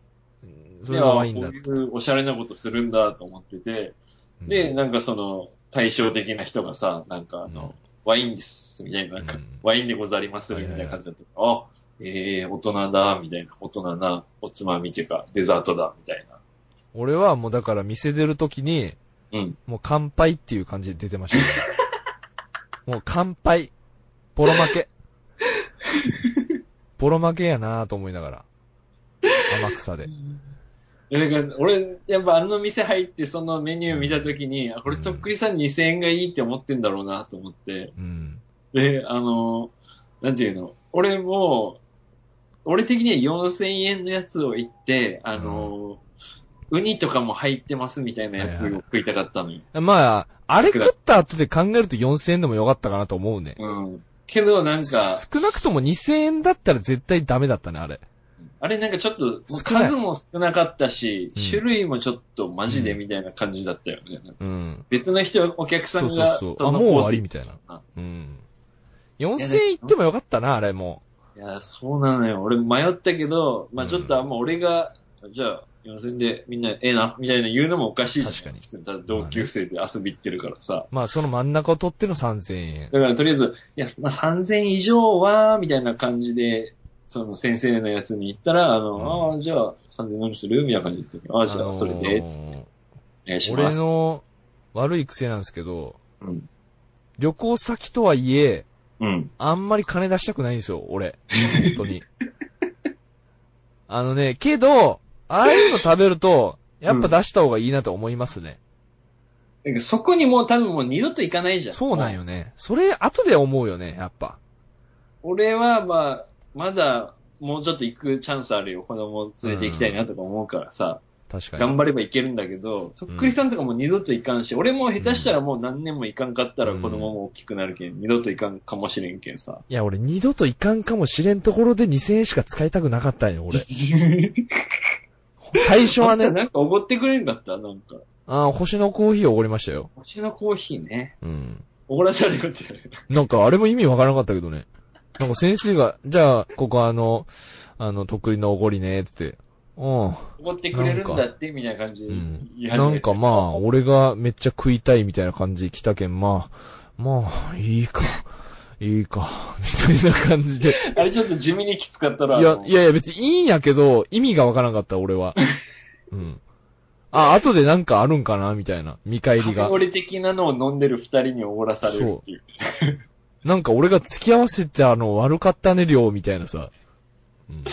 Speaker 1: そ
Speaker 3: い
Speaker 1: れ
Speaker 3: や、
Speaker 1: が
Speaker 3: こう
Speaker 1: ワインだって。
Speaker 3: いうおしゃれなことするんだと思ってて、で、
Speaker 1: うん
Speaker 3: なんかその、対照的な人がさ、なんかあ
Speaker 1: うん
Speaker 3: の、ワインです、みたいな、なん
Speaker 1: う
Speaker 3: か
Speaker 1: ん、
Speaker 3: ワインでござりまするみたいな感じだった。あ、ええ大人だ、みたいな。大人な、おつまみっていうか、デザートだ、みたいな。
Speaker 1: 俺はもうだから店出るときに、
Speaker 3: うん。
Speaker 1: もう乾杯っていう感じで出てました。 もう乾杯。ボロ負け。ボロ負けやなぁと思いながら。天草で。
Speaker 3: えだから、俺、やっぱあの店入って、そのメニュー見たときに、あ、これとっくりさん2000円がいいって思ってんだろうな、と思って。
Speaker 1: うん。
Speaker 3: で、あの、なんていうの、俺も、俺的には4000円のやつを言って、あの、ウニとかも入ってますみたいなやつを食いたかったのよ。
Speaker 1: まあ、あれ食った後で考えると4000円でもよかったかなと思うね。
Speaker 3: うん。けど、なんか、
Speaker 1: 少なくとも2000円だったら絶対ダメだったね、あれ。
Speaker 3: あれなんかちょっと、もう
Speaker 1: 少ない
Speaker 3: 数も少なかったし、
Speaker 1: うん
Speaker 3: 種類もちょっとマジでみたいな感じだったよね。
Speaker 1: うん。
Speaker 3: 別の人、お客さ
Speaker 1: そ
Speaker 3: ん
Speaker 1: う
Speaker 3: が、
Speaker 1: そうそう。あ、
Speaker 3: の
Speaker 1: もう終わり
Speaker 3: コー
Speaker 1: みたいな
Speaker 3: あ。
Speaker 1: うん。4000円いってもよかったな、あれも
Speaker 3: スいや、そうなのよ。俺迷ったけど、まあちょっとあんま俺が、じゃあ、4000でみんなええな、みたいな言うのもおかしいじゃん
Speaker 1: 確かに
Speaker 3: 普通にただ同級生で遊び行ってるからさ。
Speaker 1: う。まあ、その真ん中を取っての3000円。
Speaker 3: だからとりあえず、いや、まあ3000以上は、みたいな感じで、その先生のやつに行ったら、あの、
Speaker 1: うん
Speaker 3: ああ、じゃあ3000何するみたいな感じで言って、ああ、じゃ
Speaker 1: の
Speaker 3: あ
Speaker 1: ー
Speaker 3: それで、つって、お願いしま
Speaker 1: 俺
Speaker 3: す。
Speaker 1: の悪い癖なんですけど、
Speaker 3: うん。
Speaker 1: 旅行先とはいえ、
Speaker 3: うん。
Speaker 1: あんまり金出したくないんですよ、俺。本当 に。あのね、けど、ああいうの食べると、やっぱ出した方がいいなと思いますね。
Speaker 3: なんかそこにもう多分もう二度と行かないじゃん。
Speaker 1: そうなん。よね。それ、後で思うよね、やっぱ。
Speaker 3: 俺はまあ、まだもうちょっと行くチャンスあるよ。子供連れて行きたいなとか思うからさ、
Speaker 1: 確かに。
Speaker 3: 頑張れば行けるんだけど、とっくりさんとかもう二度と行かんし、俺も下手したらもう何年も行かんかったら
Speaker 1: うん
Speaker 3: 子供も大きくなるけん、二度と行かんかもしれんけんさ。
Speaker 1: いや、俺二度といかんかもしれんところで2000円しか使いたくなかったんよ、俺。最初は
Speaker 3: あんた
Speaker 1: ね、
Speaker 3: なんかおごってくれるんかったなんか。
Speaker 1: あー星のコーヒーをおごりましたよ。
Speaker 3: 星のコーヒーね。
Speaker 1: うん。
Speaker 3: おごらされる ことやる。
Speaker 1: なんかあれも意味わからなかったけどね。なんか先生が、じゃあ、ここあの、あの、とっくりのおごりね、つって。うん。
Speaker 3: おごってくれるんだって、みたいな感じで
Speaker 1: うん。
Speaker 3: 言い始
Speaker 1: な
Speaker 3: めて
Speaker 1: んかまあ、俺がめっちゃ食いたいみたいな感じで来たけん、まあ、まあ、いいか、いいか、みたいな感じで。
Speaker 3: あれちょっと地味にきつかったら、
Speaker 1: い
Speaker 3: あ
Speaker 1: や
Speaker 3: の、
Speaker 1: いやいや、別にいいんやけど、意味がわからなかった、俺は。うん。あ、後でなんかあるんかな、みたいな。見返り
Speaker 3: カ
Speaker 1: が
Speaker 3: フェ。オレ的なのを飲んでる二人におごらされるっていう。
Speaker 1: なんか俺が付き合わせてあの、悪かったね、量みたいなさ。 うん。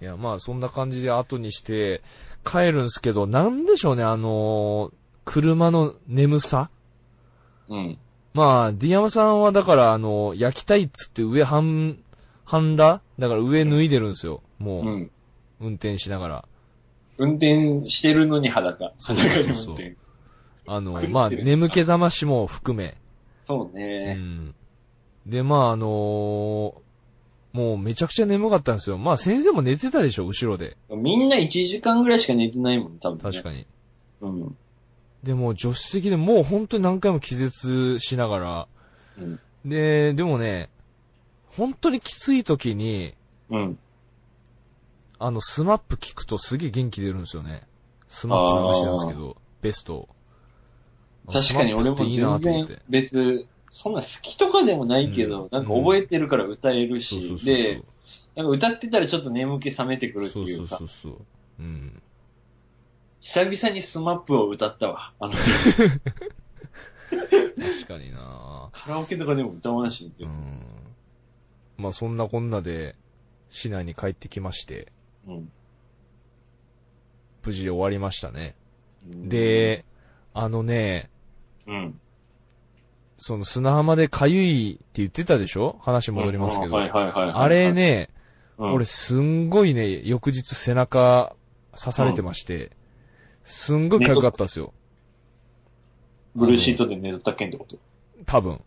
Speaker 1: いや、まあ、そんな感じで後にして、帰るんすけど、なんでしょうね、あのー車の眠さ
Speaker 3: うん。
Speaker 1: まあ、ディアマさんはだから、あの焼きたいっつって上半、半裸だから上脱いでるんですよ。も
Speaker 3: う
Speaker 1: う、
Speaker 3: ん。
Speaker 1: 運転しながら。
Speaker 3: 運転してるのに裸。
Speaker 1: そう
Speaker 3: 裸
Speaker 1: そう
Speaker 3: で運
Speaker 1: そう
Speaker 3: 転。
Speaker 1: そ
Speaker 3: そうう
Speaker 1: あの
Speaker 3: 狂って、る
Speaker 1: まあ、眠気覚ましも含め。う
Speaker 3: ね。
Speaker 1: ん。で、まあ、あのーもうめちゃくちゃ眠かったんですよ。まあ、先生も寝てたでしょ、後ろで。
Speaker 3: みんな1時間ぐらいしか寝てないもん、多分、ね。
Speaker 1: 確かに。
Speaker 3: に。うん。
Speaker 1: でも、助手席でもう本当に何回も気絶しながら。
Speaker 3: うん
Speaker 1: で、でもね、本当にきつい時に、
Speaker 3: うん。
Speaker 1: あの、スマップ聞くとすげえ元気出るんですよね。スマップ流してるんですけど、ベストを。
Speaker 3: 確かに俺も
Speaker 1: スマップっていいな
Speaker 3: 全
Speaker 1: と思って
Speaker 3: 然。別、そんな好きとかでもないけど、
Speaker 1: うん
Speaker 3: なんか覚えてるから歌える
Speaker 1: そう
Speaker 3: し、
Speaker 1: そうそう
Speaker 3: で、なんか歌ってたらちょっと眠気覚めてくるって
Speaker 1: そう。
Speaker 3: い
Speaker 1: そうう
Speaker 3: か、
Speaker 1: そうそう。うん。
Speaker 3: 久々にスマップを歌ったわ。あの、
Speaker 1: 確かにな
Speaker 3: カラオケとかでも歌わないし、
Speaker 1: う
Speaker 3: 別に。
Speaker 1: ん。まあ、そんなこんなで、市内に帰ってきまして、
Speaker 3: うん。
Speaker 1: 無事終わりましたね。
Speaker 3: うん、
Speaker 1: で、あのね、
Speaker 3: うん。
Speaker 1: その砂浜でかゆいって言ってたでしょ話戻りますけど。
Speaker 3: はいはいはいはい。
Speaker 1: あれ、ね、
Speaker 3: うん、
Speaker 1: 俺すんごいね、翌日背中刺されてまして、すんごいかゆかったんですよ。
Speaker 3: ブルーシートで寝とったけんってこと。
Speaker 1: 多分。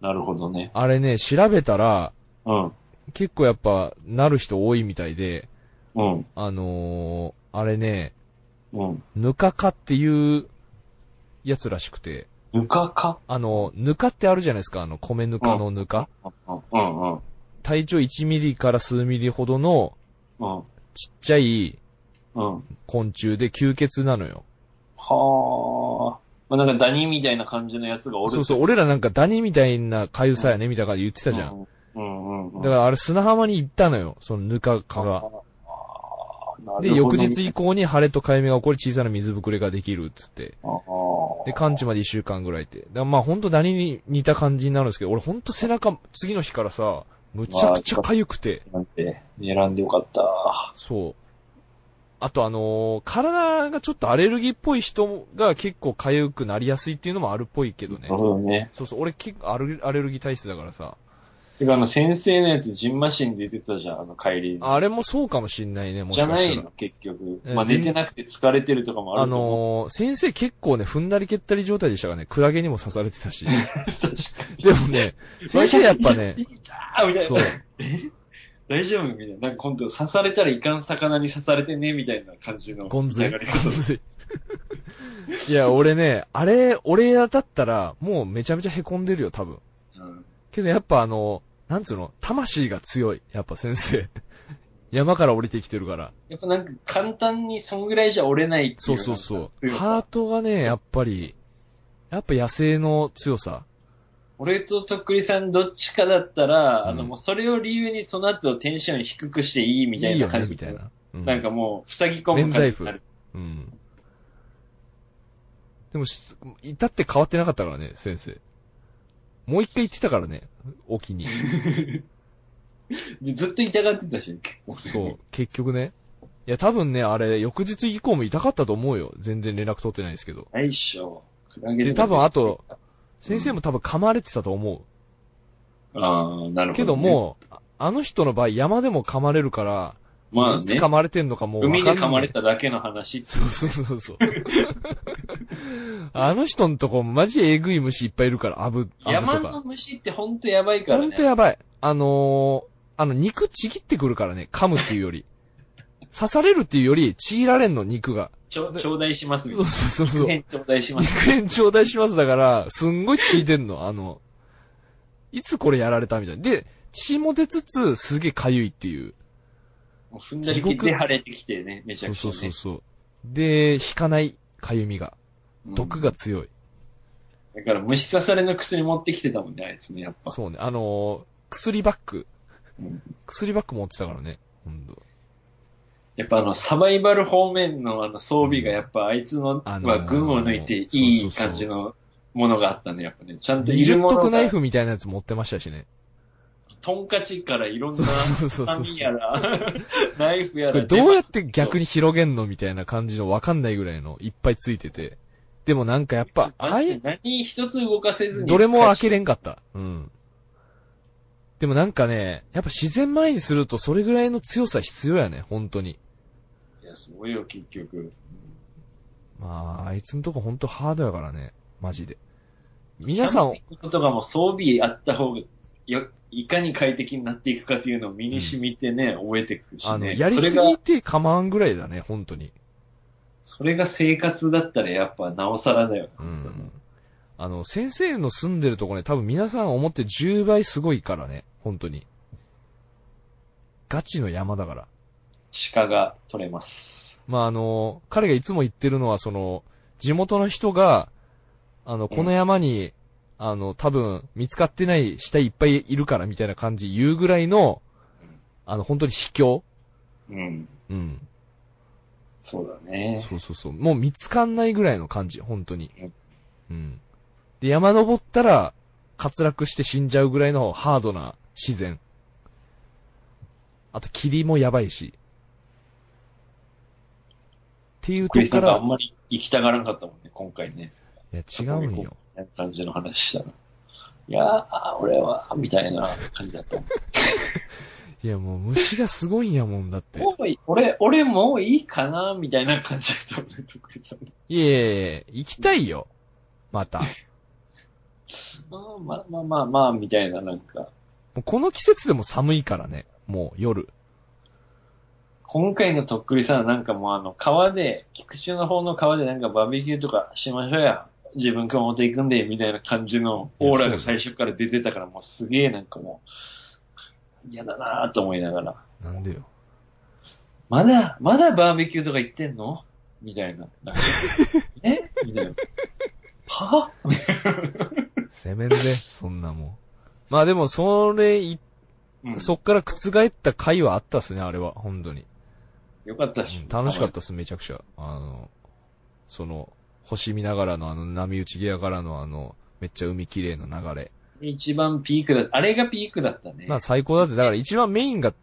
Speaker 3: なるほどね。
Speaker 1: あれね、調べたら、
Speaker 3: うん。
Speaker 1: 結構やっぱ、なる人多いみたいで、
Speaker 3: うん。
Speaker 1: あのー、あれね、
Speaker 3: うん。
Speaker 1: ぬかかっていう、やつらしくて、
Speaker 3: ぬかか
Speaker 1: あの、ぬかってあるじゃないですか、あの、米ぬかのぬか。
Speaker 3: うんうんうん。
Speaker 1: 体長1ミリから数ミリほどの、
Speaker 3: うん。
Speaker 1: ちっちゃい
Speaker 3: うん。
Speaker 1: 昆虫で吸血なのよ。
Speaker 3: はあ。まあ、なんかダニみたいな感じのやつがおる。
Speaker 1: そうそう、俺らなんかダニみたいなかゆさやね、みたいな感じで言ってたじゃん。
Speaker 3: うん。うんうん
Speaker 1: だからあれ砂浜に行ったのよ、そのぬかかが。
Speaker 3: ら
Speaker 1: で、翌日以降に晴れと海面が起こり小さな水ぶくれができるっつって。で、完治まで一週間ぐらいって。だからまあほんとダニに似た感じになるんですけど、俺ほんと背中、次の日からさ、むちゃくちゃ痒くて。
Speaker 3: なんて、選んでよかった。
Speaker 1: そう。あとあのー体がちょっとアレルギーっぽい人が結構痒くなりやすいっていうのもあるっぽいけどね
Speaker 3: なる。ほどね。
Speaker 1: そうそう、俺結構アレアレルギー体質だからさ。
Speaker 3: てか、あの、先生のやつ、ジンマシンで出てたじゃん、あの、帰り。
Speaker 1: あれもそうかもしんないね、もし
Speaker 3: じゃ
Speaker 1: か
Speaker 3: な
Speaker 1: した
Speaker 3: い
Speaker 1: ら
Speaker 3: の、。結局。
Speaker 1: え
Speaker 3: まあ、
Speaker 1: ジン
Speaker 3: 出てなくて疲れてるとかもあ
Speaker 1: あ
Speaker 3: ると思う。
Speaker 1: のー先生結構ね、踏んだり蹴ったり状態でしたからね、クラゲにも刺されてたし。
Speaker 3: あの、確か
Speaker 1: でもね、先生やっぱね
Speaker 3: に。、 いいじゃーみたい
Speaker 1: そう
Speaker 3: な。。大丈夫みたいな。なんか今度刺されたらいかん魚に刺されてね、みたいな感じの。
Speaker 1: ゴンズイ。
Speaker 3: 痛がり方
Speaker 1: ゴンズイいや、俺ね、あれ、俺だったら、もうめちゃめちゃ凹んでるよ、多分。
Speaker 3: うん
Speaker 1: けどやっぱあの、なんつうの、魂が強い。やっぱ先生。 山から降りてきてるから。
Speaker 3: やっぱなんか簡単にそんぐらいじゃ折れないっていう。
Speaker 1: そうそうそう。
Speaker 3: なんか強
Speaker 1: ハー
Speaker 3: さ
Speaker 1: トがね、やっぱり、やっぱ野生の強さ。
Speaker 3: 俺ととっくりさんどっちかだったら、あ
Speaker 1: う
Speaker 3: の、
Speaker 1: ん
Speaker 3: もうそれを理由にその後テンション低くしていい
Speaker 1: い
Speaker 3: みたい
Speaker 1: い
Speaker 3: な
Speaker 1: よ
Speaker 3: 感
Speaker 1: ね、
Speaker 3: じ。
Speaker 1: みたい。な。うん
Speaker 3: なんかもう、塞ぎ込む感じになる。
Speaker 1: うん。でもし、至って変わってなかったからね、先生。もう一回言ってたからね、お気 に。
Speaker 3: でずっと痛がってたし、結構。
Speaker 1: そう、結局ね。いや、多分ね、あれ、翌日以降も痛かったと思うよ。全然連絡取ってないですけど。
Speaker 3: ないっしょ。クラゲ
Speaker 1: で、
Speaker 3: とか
Speaker 1: 多分あと、先生も多分噛まれてたと思
Speaker 3: ああ、な
Speaker 1: う。
Speaker 3: るほど、ね。
Speaker 1: けど、もう、ああの人の場合、山でも噛まれるから、
Speaker 3: まあ
Speaker 1: いつ
Speaker 3: ね
Speaker 1: 噛、まれてんのかもうわかんない
Speaker 3: 海で噛まれただけの話っつ
Speaker 1: そうそうそう そう。あの人のとこ、マジえぐい虫いっぱいいるから、アブ、アブ
Speaker 3: 山
Speaker 1: とか
Speaker 3: の。虫ってほんとやばいか
Speaker 1: ほ
Speaker 3: ら
Speaker 1: ん
Speaker 3: ね
Speaker 1: と。やばい。あのー、あの、肉ちぎってくるからね、噛むっていう より。刺されるっていうより、ちぎられんの、肉が。
Speaker 3: ちょ、ちょうだいします
Speaker 1: そう
Speaker 3: みたいな。
Speaker 1: そうそうそう。
Speaker 3: 変ちょうだい します。
Speaker 1: 肉炎頂戴しますだから、すんごい血出んの、あの、いつこれやられたみたいな。で、血も出つつ、すげえ痒いっていう。
Speaker 3: もう踏んだり切って腫れてきてね、めちゃ
Speaker 1: そ
Speaker 3: く
Speaker 1: う
Speaker 3: ちゃ、
Speaker 1: そう
Speaker 3: ね。
Speaker 1: そうそう。で、引かない痒みが。
Speaker 3: うん
Speaker 1: 毒が強い。
Speaker 3: だから虫刺されの薬持ってきてたもんね、あいつね、やっぱ。
Speaker 1: そうね。あのー薬バッグ
Speaker 3: うん。
Speaker 1: 薬バッグ持ってたからね。ほんと。
Speaker 3: やっぱあの、サバイバル方面のあの装備がやっぱあいつの、
Speaker 1: あのー
Speaker 3: は群を抜いていい感じのものがあったね、やっぱね。ちゃんといる
Speaker 1: 20
Speaker 3: もの
Speaker 1: 徳ナイ
Speaker 3: が、
Speaker 1: フみたいなやつ持ってましたしね。
Speaker 3: トンカチからいろん
Speaker 1: そ
Speaker 3: な
Speaker 1: うそうそうそう
Speaker 3: 紙やら、 ナイフや
Speaker 1: こ
Speaker 3: ら
Speaker 1: れ。どうやって逆に広げんのみたいな感じのわかんないぐらいのいっぱいついてて。でもなんかやっぱ、あ
Speaker 3: マ
Speaker 1: あ
Speaker 3: ジ
Speaker 1: い
Speaker 3: で何一つ動かせずに。
Speaker 1: どれも開け
Speaker 3: れ。
Speaker 1: れんかった。うん。でもなんかね、やっぱ自然前にするとそれぐらいの強さ必要やね、本当に。
Speaker 3: いや、すごいよ、結局。
Speaker 1: まあ、あいつのとこ本当ハードやからね、マジで。皆さん
Speaker 3: キャン、プとかも装備あった方が、よいかに快適になっていくかっていうのを身に染みてね、覚えていくしね。
Speaker 1: あの、やりす
Speaker 3: それ
Speaker 1: ぎ
Speaker 3: が、
Speaker 1: て構わんぐらいだね、本当に。
Speaker 3: それが生活だったらやっぱなおさらだよ。
Speaker 1: う
Speaker 3: 本当に
Speaker 1: ん。あの、先生の住んでるとこね、多分皆さん思ってる10倍すごいからね、本当に。ガチの山だから。
Speaker 3: 鹿が取れます。
Speaker 1: まあ、あの、彼がいつも言ってるのは、その、地元の人が、あの、この山に、あの、多分、見つかってない死体いっぱいいるから、みたいな感じ言うぐらいの
Speaker 3: うん、
Speaker 1: あの、本当に卑怯
Speaker 3: うん。
Speaker 1: うん。
Speaker 3: そうだね。
Speaker 1: そうそうそう。もう見つかんないぐらいの感じ、本当に
Speaker 3: うん。
Speaker 1: うん。で、山登ったら、滑落して死んじゃうぐらいのハードな自然。あと、霧もやばいし。っていうと
Speaker 3: クリ
Speaker 1: こ
Speaker 3: スさ
Speaker 1: か
Speaker 3: んが
Speaker 1: ら
Speaker 3: あ、んまり行きたがらなかったもんね、今回ね。
Speaker 1: いや、違うんよ。
Speaker 3: こんな感じの話したら。いやー、俺は、みたいな感じ だったもん。
Speaker 1: いや、もう虫がすごいんやもんだって。
Speaker 3: もうい俺、俺もういいかなみたいな感じだったもんね、とっくりさん。
Speaker 1: いやいやいや、行きたいよ。また。も
Speaker 3: まあまあまあまあ、まあ、みたいな、なんか。
Speaker 1: うこの季節でも寒いからね。もう夜。
Speaker 3: 今回のとっくりさん、なんかもうあの、川で、菊池の方の川でなんかバーベキューとかしましょうや。自分熊本行くんで、みたいな感じのオーラが最初から出てたから、もうすげえなんかもう、嫌だなぁと思いながら。
Speaker 1: なんでよ。
Speaker 3: まだ、まだバーベキューとか行ってんのみたいな。なんかえみたいな。はぁ
Speaker 1: せめんで、そんなもん。まあでも、それい、
Speaker 3: うん、
Speaker 1: そっから覆った回はあったっすね、あれは、本当に。
Speaker 3: よかったし
Speaker 1: うん。楽しかったっす、めちゃくちゃ。あの、その、星見ながらのあの波打ち際からのあの、めっちゃ海綺麗な流れ。
Speaker 3: 一番ピークだあれがピークだったね。
Speaker 1: まあ最高だって、だから一番メインが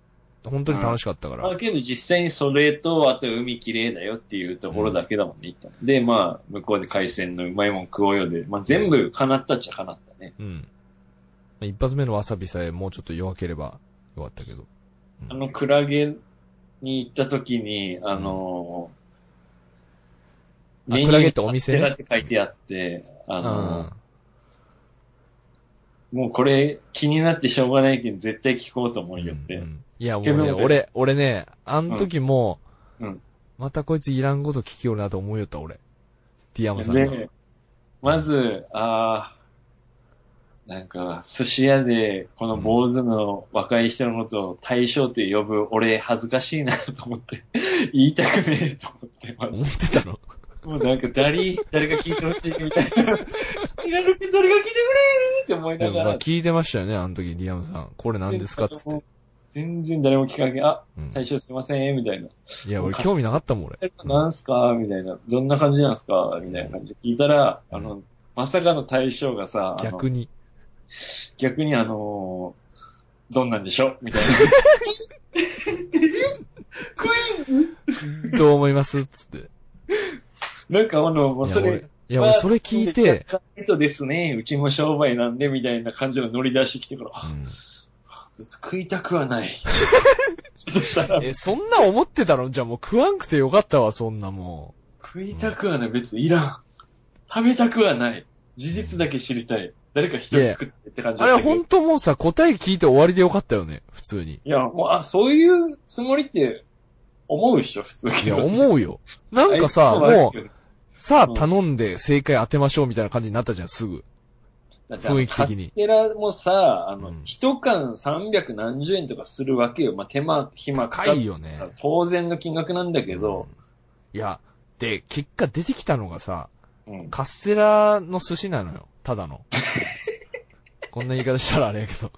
Speaker 1: 本当に楽しかったか
Speaker 3: まあ
Speaker 1: ら。
Speaker 3: けど実際にそれと、あと海綺麗だよっていうところだけだもんね、行ったので、まあ、向こうで海鮮のうまいもん食おうよで、まあ全部叶ったっちゃ叶ったね。
Speaker 1: うん。一発目のわさびさえもうちょっと弱ければよかったけど。うん
Speaker 3: あの、クラゲに行った時に、あの
Speaker 1: あクラゲってお店ね
Speaker 3: ね。って書いてあって、あの
Speaker 1: うん
Speaker 3: もうこれ気になってしょうがないけど、絶対聞こうと思うよっ
Speaker 1: う
Speaker 3: て
Speaker 1: んう。んいや、も
Speaker 3: け
Speaker 1: う
Speaker 3: ど
Speaker 1: ね、
Speaker 3: ね
Speaker 1: 俺、俺ね、あの時も、
Speaker 3: うん
Speaker 1: またこいついらんこと聞きよるなと思うよった、俺。ティアマさんが。
Speaker 3: で、まず、ああ、なんか、寿司屋で、この坊主の若い人のことを大将って呼ぶ俺恥ずかしいなと思って、 言いたくねえと思ってま
Speaker 1: 思
Speaker 3: す。
Speaker 1: ってたの
Speaker 3: もうなんか、誰、誰が聞いてほしいみたいな。気軽に誰が聞いてくれーって思い
Speaker 1: で
Speaker 3: な
Speaker 1: も
Speaker 3: が
Speaker 1: まあ
Speaker 3: ら。
Speaker 1: 聞いてましたよね、あの時、ディアムさん。これ何ですかっつって。
Speaker 3: 全然誰も聞かんけん、あ、
Speaker 1: うん
Speaker 3: 大将すいません、みたいな。
Speaker 1: いや、俺興味なかったもん、俺。
Speaker 3: なんすかみたいな。どんな感じなんすかみたいな感じで聞いたら、あの、まさかの大将がさ、あの
Speaker 1: 逆に。
Speaker 3: 逆にあのーどんなんでしょみたい
Speaker 1: どう思いますつって。
Speaker 3: な。なんかあの、もう
Speaker 1: いや
Speaker 3: それ、
Speaker 1: 俺いや、俺それ聞いて、
Speaker 3: まあ。意外とですね、うちも商売なんで、みたいな感じの乗り出してきてから、あ別に食いたく はない。ちょっとした
Speaker 1: う
Speaker 3: ら
Speaker 1: ん、え、そんな思ってたのじゃあもう食わんくてよかったわ、そんなも
Speaker 3: 食いたくはない。別にいらん。食べたくはない。事実だけ知りたい。誰か一人食ってって感
Speaker 1: う。
Speaker 3: じ
Speaker 1: あ
Speaker 3: だ
Speaker 1: れ
Speaker 3: ったけど。
Speaker 1: 本当もうさ、答え聞いて終わりでよかったよね、普通 に。
Speaker 3: いや、もう、あ、そういうつもりって思うでしょ、普通
Speaker 1: いや、思うよ。なんかさ、もう、さあ頼んで正解当てましょうみたいな感じになったじゃん、すぐ。
Speaker 3: だってあの
Speaker 1: 雰囲気的に
Speaker 3: カステラもさ、あ
Speaker 1: う
Speaker 3: の
Speaker 1: ん、
Speaker 3: 一、缶三百何十円とかするわけよ。まあ、手間、暇かか
Speaker 1: 高
Speaker 3: っ
Speaker 1: い
Speaker 3: た
Speaker 1: よね
Speaker 3: ら。当然の金額なんだけど、
Speaker 1: うん。いや、で、結果出てきたのがさ、
Speaker 3: うん。
Speaker 1: カステラの寿司なのよ。ただ の。こんな言い方したらあれやけど。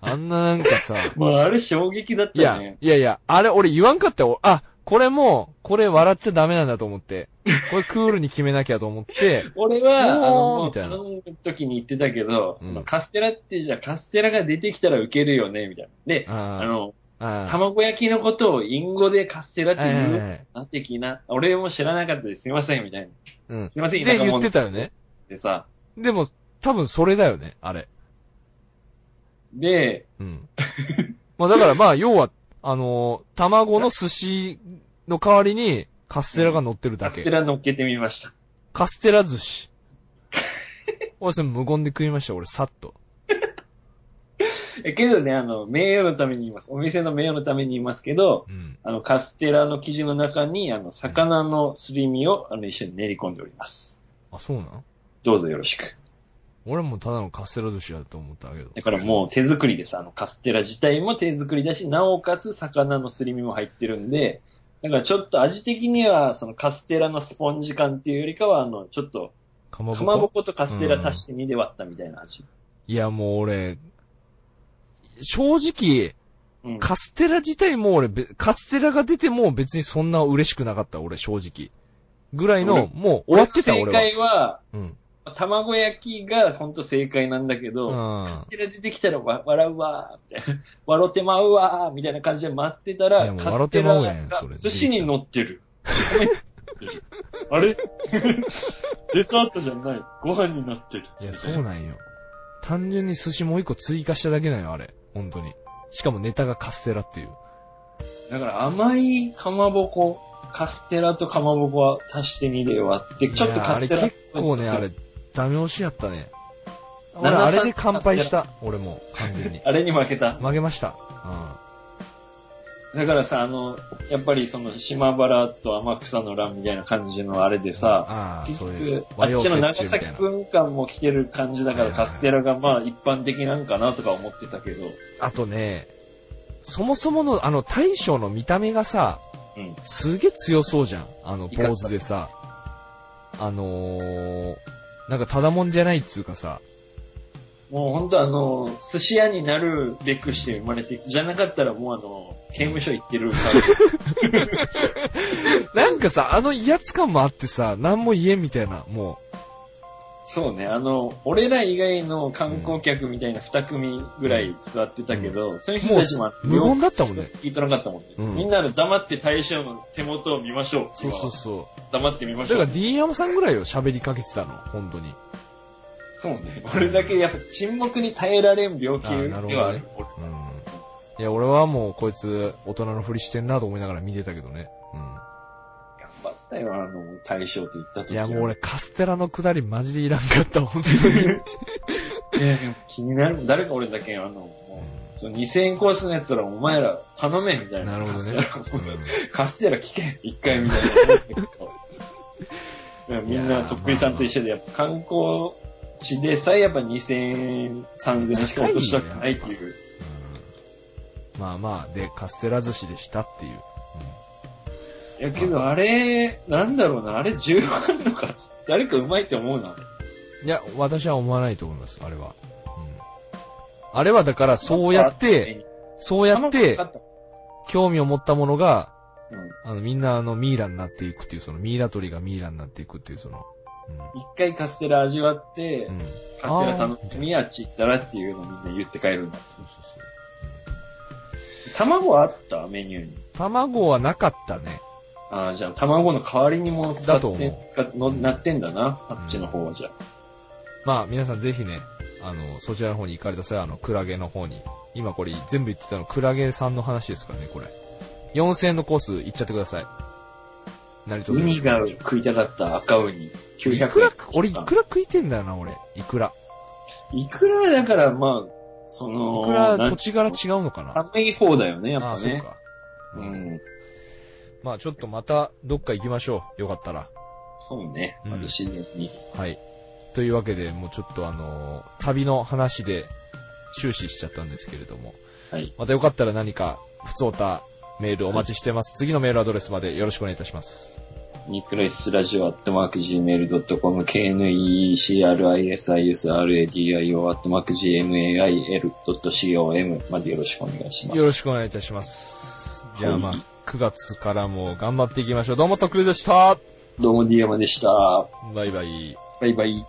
Speaker 1: あんななん かさ、
Speaker 3: まあ、あれ衝撃だっ
Speaker 1: いや、
Speaker 3: た
Speaker 1: い
Speaker 3: ね。
Speaker 1: やいや、あれ俺言わんかったよ。あ、これもう、これ笑っちゃダメなんだと思って。これクールに決めなきゃと思って、
Speaker 3: 俺は、あ
Speaker 1: お
Speaker 3: の、
Speaker 1: ー
Speaker 3: も
Speaker 1: み
Speaker 3: う
Speaker 1: たいな
Speaker 3: 頼む時に言ってたけど、
Speaker 1: うん
Speaker 3: まあカステラって、じゃあカステラが出てきたらウケるよね、みたいな。で、あ
Speaker 1: あ
Speaker 3: の、
Speaker 1: あ、あ
Speaker 3: 卵焼きのことをインゴでカステラっ
Speaker 1: あ、
Speaker 3: て
Speaker 1: はいは
Speaker 3: 言
Speaker 1: いうはい
Speaker 3: なってきな。俺も知らなかったです。すいません、みたいな。
Speaker 1: うん。
Speaker 3: すいません、
Speaker 1: で、
Speaker 3: 田舎
Speaker 1: 言
Speaker 3: 者
Speaker 1: ってたよね。
Speaker 3: でさ。
Speaker 1: でも、多分それだよね、あれ。
Speaker 3: で、
Speaker 1: うん。まあだからまあ、要は、あのー卵の寿司の代わりにカステラが乗ってるだ
Speaker 3: カ
Speaker 1: け。
Speaker 3: ステラ乗っけてみました。
Speaker 1: カステラ寿司。俺それ無言で食いました、俺さっと。
Speaker 3: えけどね、あの、名誉のために言います。お店の名誉のために言いますけど、
Speaker 1: うん。
Speaker 3: あの、カステラの生地の中に、あの、魚のすり身を、あの、一緒に練り込んでおります。
Speaker 1: あ、そうなん
Speaker 3: どうぞよろしく。
Speaker 1: 俺もただのカステラ寿司だと思ったけど。
Speaker 3: だからもう手作りです。あの、カステラ自体も手作りだし、なおかつ魚のすり身も入ってるんで、だからちょっと味的には、そのカステラのスポンジ感っていうよりかは、あの、ちょっと、
Speaker 1: かまぼ
Speaker 3: か
Speaker 1: こ、
Speaker 3: まぼことカステラ足して2で割ったみたいな味。
Speaker 1: いや、もう俺、正直、
Speaker 3: うん。
Speaker 1: カステラ自体も俺べ、カステラが出ても別にそんな嬉しくなかった、俺、正直。ぐらいの、
Speaker 3: 俺
Speaker 1: もう終わってた、
Speaker 3: 正
Speaker 1: 俺は。
Speaker 3: 解は、
Speaker 1: うん。
Speaker 3: 卵焼きが本当正解なんだけど、
Speaker 1: うん
Speaker 3: カステラ出てきたらわ笑うわー、みたいな。笑ってまうわー、みたいな感じで待ってた
Speaker 1: いや
Speaker 3: ら、
Speaker 1: もう
Speaker 3: カ
Speaker 1: 笑っ
Speaker 3: ス
Speaker 1: て
Speaker 3: テ
Speaker 1: ま
Speaker 3: ラ
Speaker 1: うやん
Speaker 3: が
Speaker 1: それ
Speaker 3: 寿司に乗って る。あれ デザートじゃない。ご飯になってる。
Speaker 1: いや、そうなんよ。単純に寿司もう一個追加しただけなんよ、あれ。本当に。しかもネタがカステラっていう。
Speaker 3: だから甘いかまぼこ、カステラとかまぼこは足して2で割って、ちょっとカステ
Speaker 1: い
Speaker 3: ラ。
Speaker 1: やあれ結構ね、あれ。、ダメ押しやったね。俺、
Speaker 3: 73。
Speaker 1: あれで乾杯した。俺も、完全に
Speaker 3: あれに負けた。
Speaker 1: 負けました。
Speaker 3: だからさ、あの、やっぱりその島原と天草の乱みたいな感じのあれでさ、
Speaker 1: ああ、
Speaker 3: 結
Speaker 1: そういう
Speaker 3: 局、、
Speaker 1: 和
Speaker 3: あ
Speaker 1: 洋
Speaker 3: っ
Speaker 1: 折
Speaker 3: ちの長
Speaker 1: 衷みたい
Speaker 3: 崎
Speaker 1: な。
Speaker 3: 文化も来てる感じだから、カステラがまあ一般的なんかなとか思ってたけど、
Speaker 1: あとね、そもそもの、あの、大将の見た目がさ、
Speaker 3: うん
Speaker 1: すげえ強そうじゃん。あの、
Speaker 3: い
Speaker 1: ポ
Speaker 3: かった
Speaker 1: ーズでさ。あのー、なんかただもんじゃないっつうかさ、
Speaker 3: もう本当あの、寿司屋になるべくして生まれて、じゃなかったらもうあの、刑務所行ってる。
Speaker 1: なんかさ、あの威圧感もあってさ、何も言えんみたいな、も
Speaker 3: そうね、あの、俺ら以外の観光客みたいな二組ぐらい座ってたけど、そういう
Speaker 1: う、
Speaker 3: 人
Speaker 1: も
Speaker 3: たちも
Speaker 1: う無言
Speaker 3: だ
Speaker 1: だったもんね。
Speaker 3: 聞いとなかったもんね。
Speaker 1: うん
Speaker 3: みんなで黙って大将の手元を見ましょう。
Speaker 1: そうそう
Speaker 3: う。
Speaker 1: そ
Speaker 3: 黙ってみま
Speaker 1: う。
Speaker 3: し
Speaker 1: だ
Speaker 3: ょ
Speaker 1: か
Speaker 3: う
Speaker 1: ら。D 山さんぐらいを喋りかけてたの、本当に。
Speaker 3: そうね。俺だけやっぱ沈黙に耐えられん病気
Speaker 1: あーなるほどね
Speaker 3: ではある。俺
Speaker 1: うん。いや、俺はもうこいつ、大人のふりしてんなと思いながら見てたけどね。う
Speaker 3: 頑張ったよ、あの、大将と言った時
Speaker 1: ん。いや、もう俺、カステラのくだりマジでいらんかった、本当に。
Speaker 3: いやいや 気になる。誰か俺だけ、あの、もう、その2000円コースのやつらお前ら頼め、みたいな。
Speaker 1: なるほど ね
Speaker 3: カステ
Speaker 1: う
Speaker 3: ラ
Speaker 1: ん
Speaker 3: カステラ聞け、一回みたいな思ったけ ど。いやみん
Speaker 1: いや
Speaker 3: な、
Speaker 1: ー
Speaker 3: とっくりさんと一緒で、やっぱ観光地でさえやっぱ2000円、3000円しか落としたくないっていう。
Speaker 1: うんまあまあ、で、カステラ寿司でしたっていう。
Speaker 3: いや、けどあれ、なんだろうな、あれ10万のか、誰かうまいって思う
Speaker 1: う
Speaker 3: な。
Speaker 1: んいや、私は思わないと思います、あれは。うんあれはだから、そうやって、、そうやって
Speaker 3: 頼む、かった
Speaker 1: 興味を持ったものが、
Speaker 3: うん
Speaker 1: あの、みんなあの、ミイラになっていくっていう、その、ミイラ取りがミイラになっていくっていう、その、
Speaker 3: 一回カステラ味わって、
Speaker 1: うん。うん。
Speaker 3: カステラ頼
Speaker 1: あー
Speaker 3: んでみ、あっち行ったらっていうのをみんな言って帰るんだ。
Speaker 1: そうそうそう。
Speaker 3: 卵あったメニューに。
Speaker 1: 卵はなかったね。
Speaker 3: ああ、じゃあ卵の代わりにも使
Speaker 1: だ
Speaker 3: っ
Speaker 1: と
Speaker 3: て
Speaker 1: 思、
Speaker 3: 使っのなってんだな、あっちの方はじゃあ。
Speaker 1: まあ、皆さんぜひね、あの、そちらの方に行かれた際は、あの、クラゲの方に。今これ、全部言ってたの、クラゲさんの話ですからね、これ。4000円のコース行っちゃってください。何と
Speaker 3: ウニが食いたかった赤ウニ。900円。
Speaker 1: いくら、俺、いくら食いてんだよな、俺。いくら。
Speaker 3: いくらだから、まあ、その、
Speaker 1: いくら、
Speaker 3: なん
Speaker 1: 土地柄違うのかな。
Speaker 3: 寒い方だよね、やっ
Speaker 1: ああ、
Speaker 3: ぱ
Speaker 1: そう
Speaker 3: ね。
Speaker 1: か。
Speaker 3: う
Speaker 1: うん
Speaker 3: ん。
Speaker 1: まあ、ちょっとまた、どっか行きましょう。よかったら。
Speaker 3: そうね。
Speaker 1: うん
Speaker 3: まず自然に。
Speaker 1: はい。というわけで、もうちょっとあのー旅の話で終始しちゃったんですけれども、
Speaker 3: はい。
Speaker 1: またよかったら何か、普通たメールお待ちしてます。次のメールアドレスまでよろしくお願いいたします。
Speaker 3: ニクロイスラジオアットマーク Gmail.com、KNECRISISRADIO アットマーク GMAIL.com までよろしくお願いします。
Speaker 1: よろしくお願いいたします。じゃあまあ、9月からも頑張っていきましょう。どうも、とっくりでした。
Speaker 3: どうも D 山でした。
Speaker 1: バイバイ。
Speaker 3: バイバイ。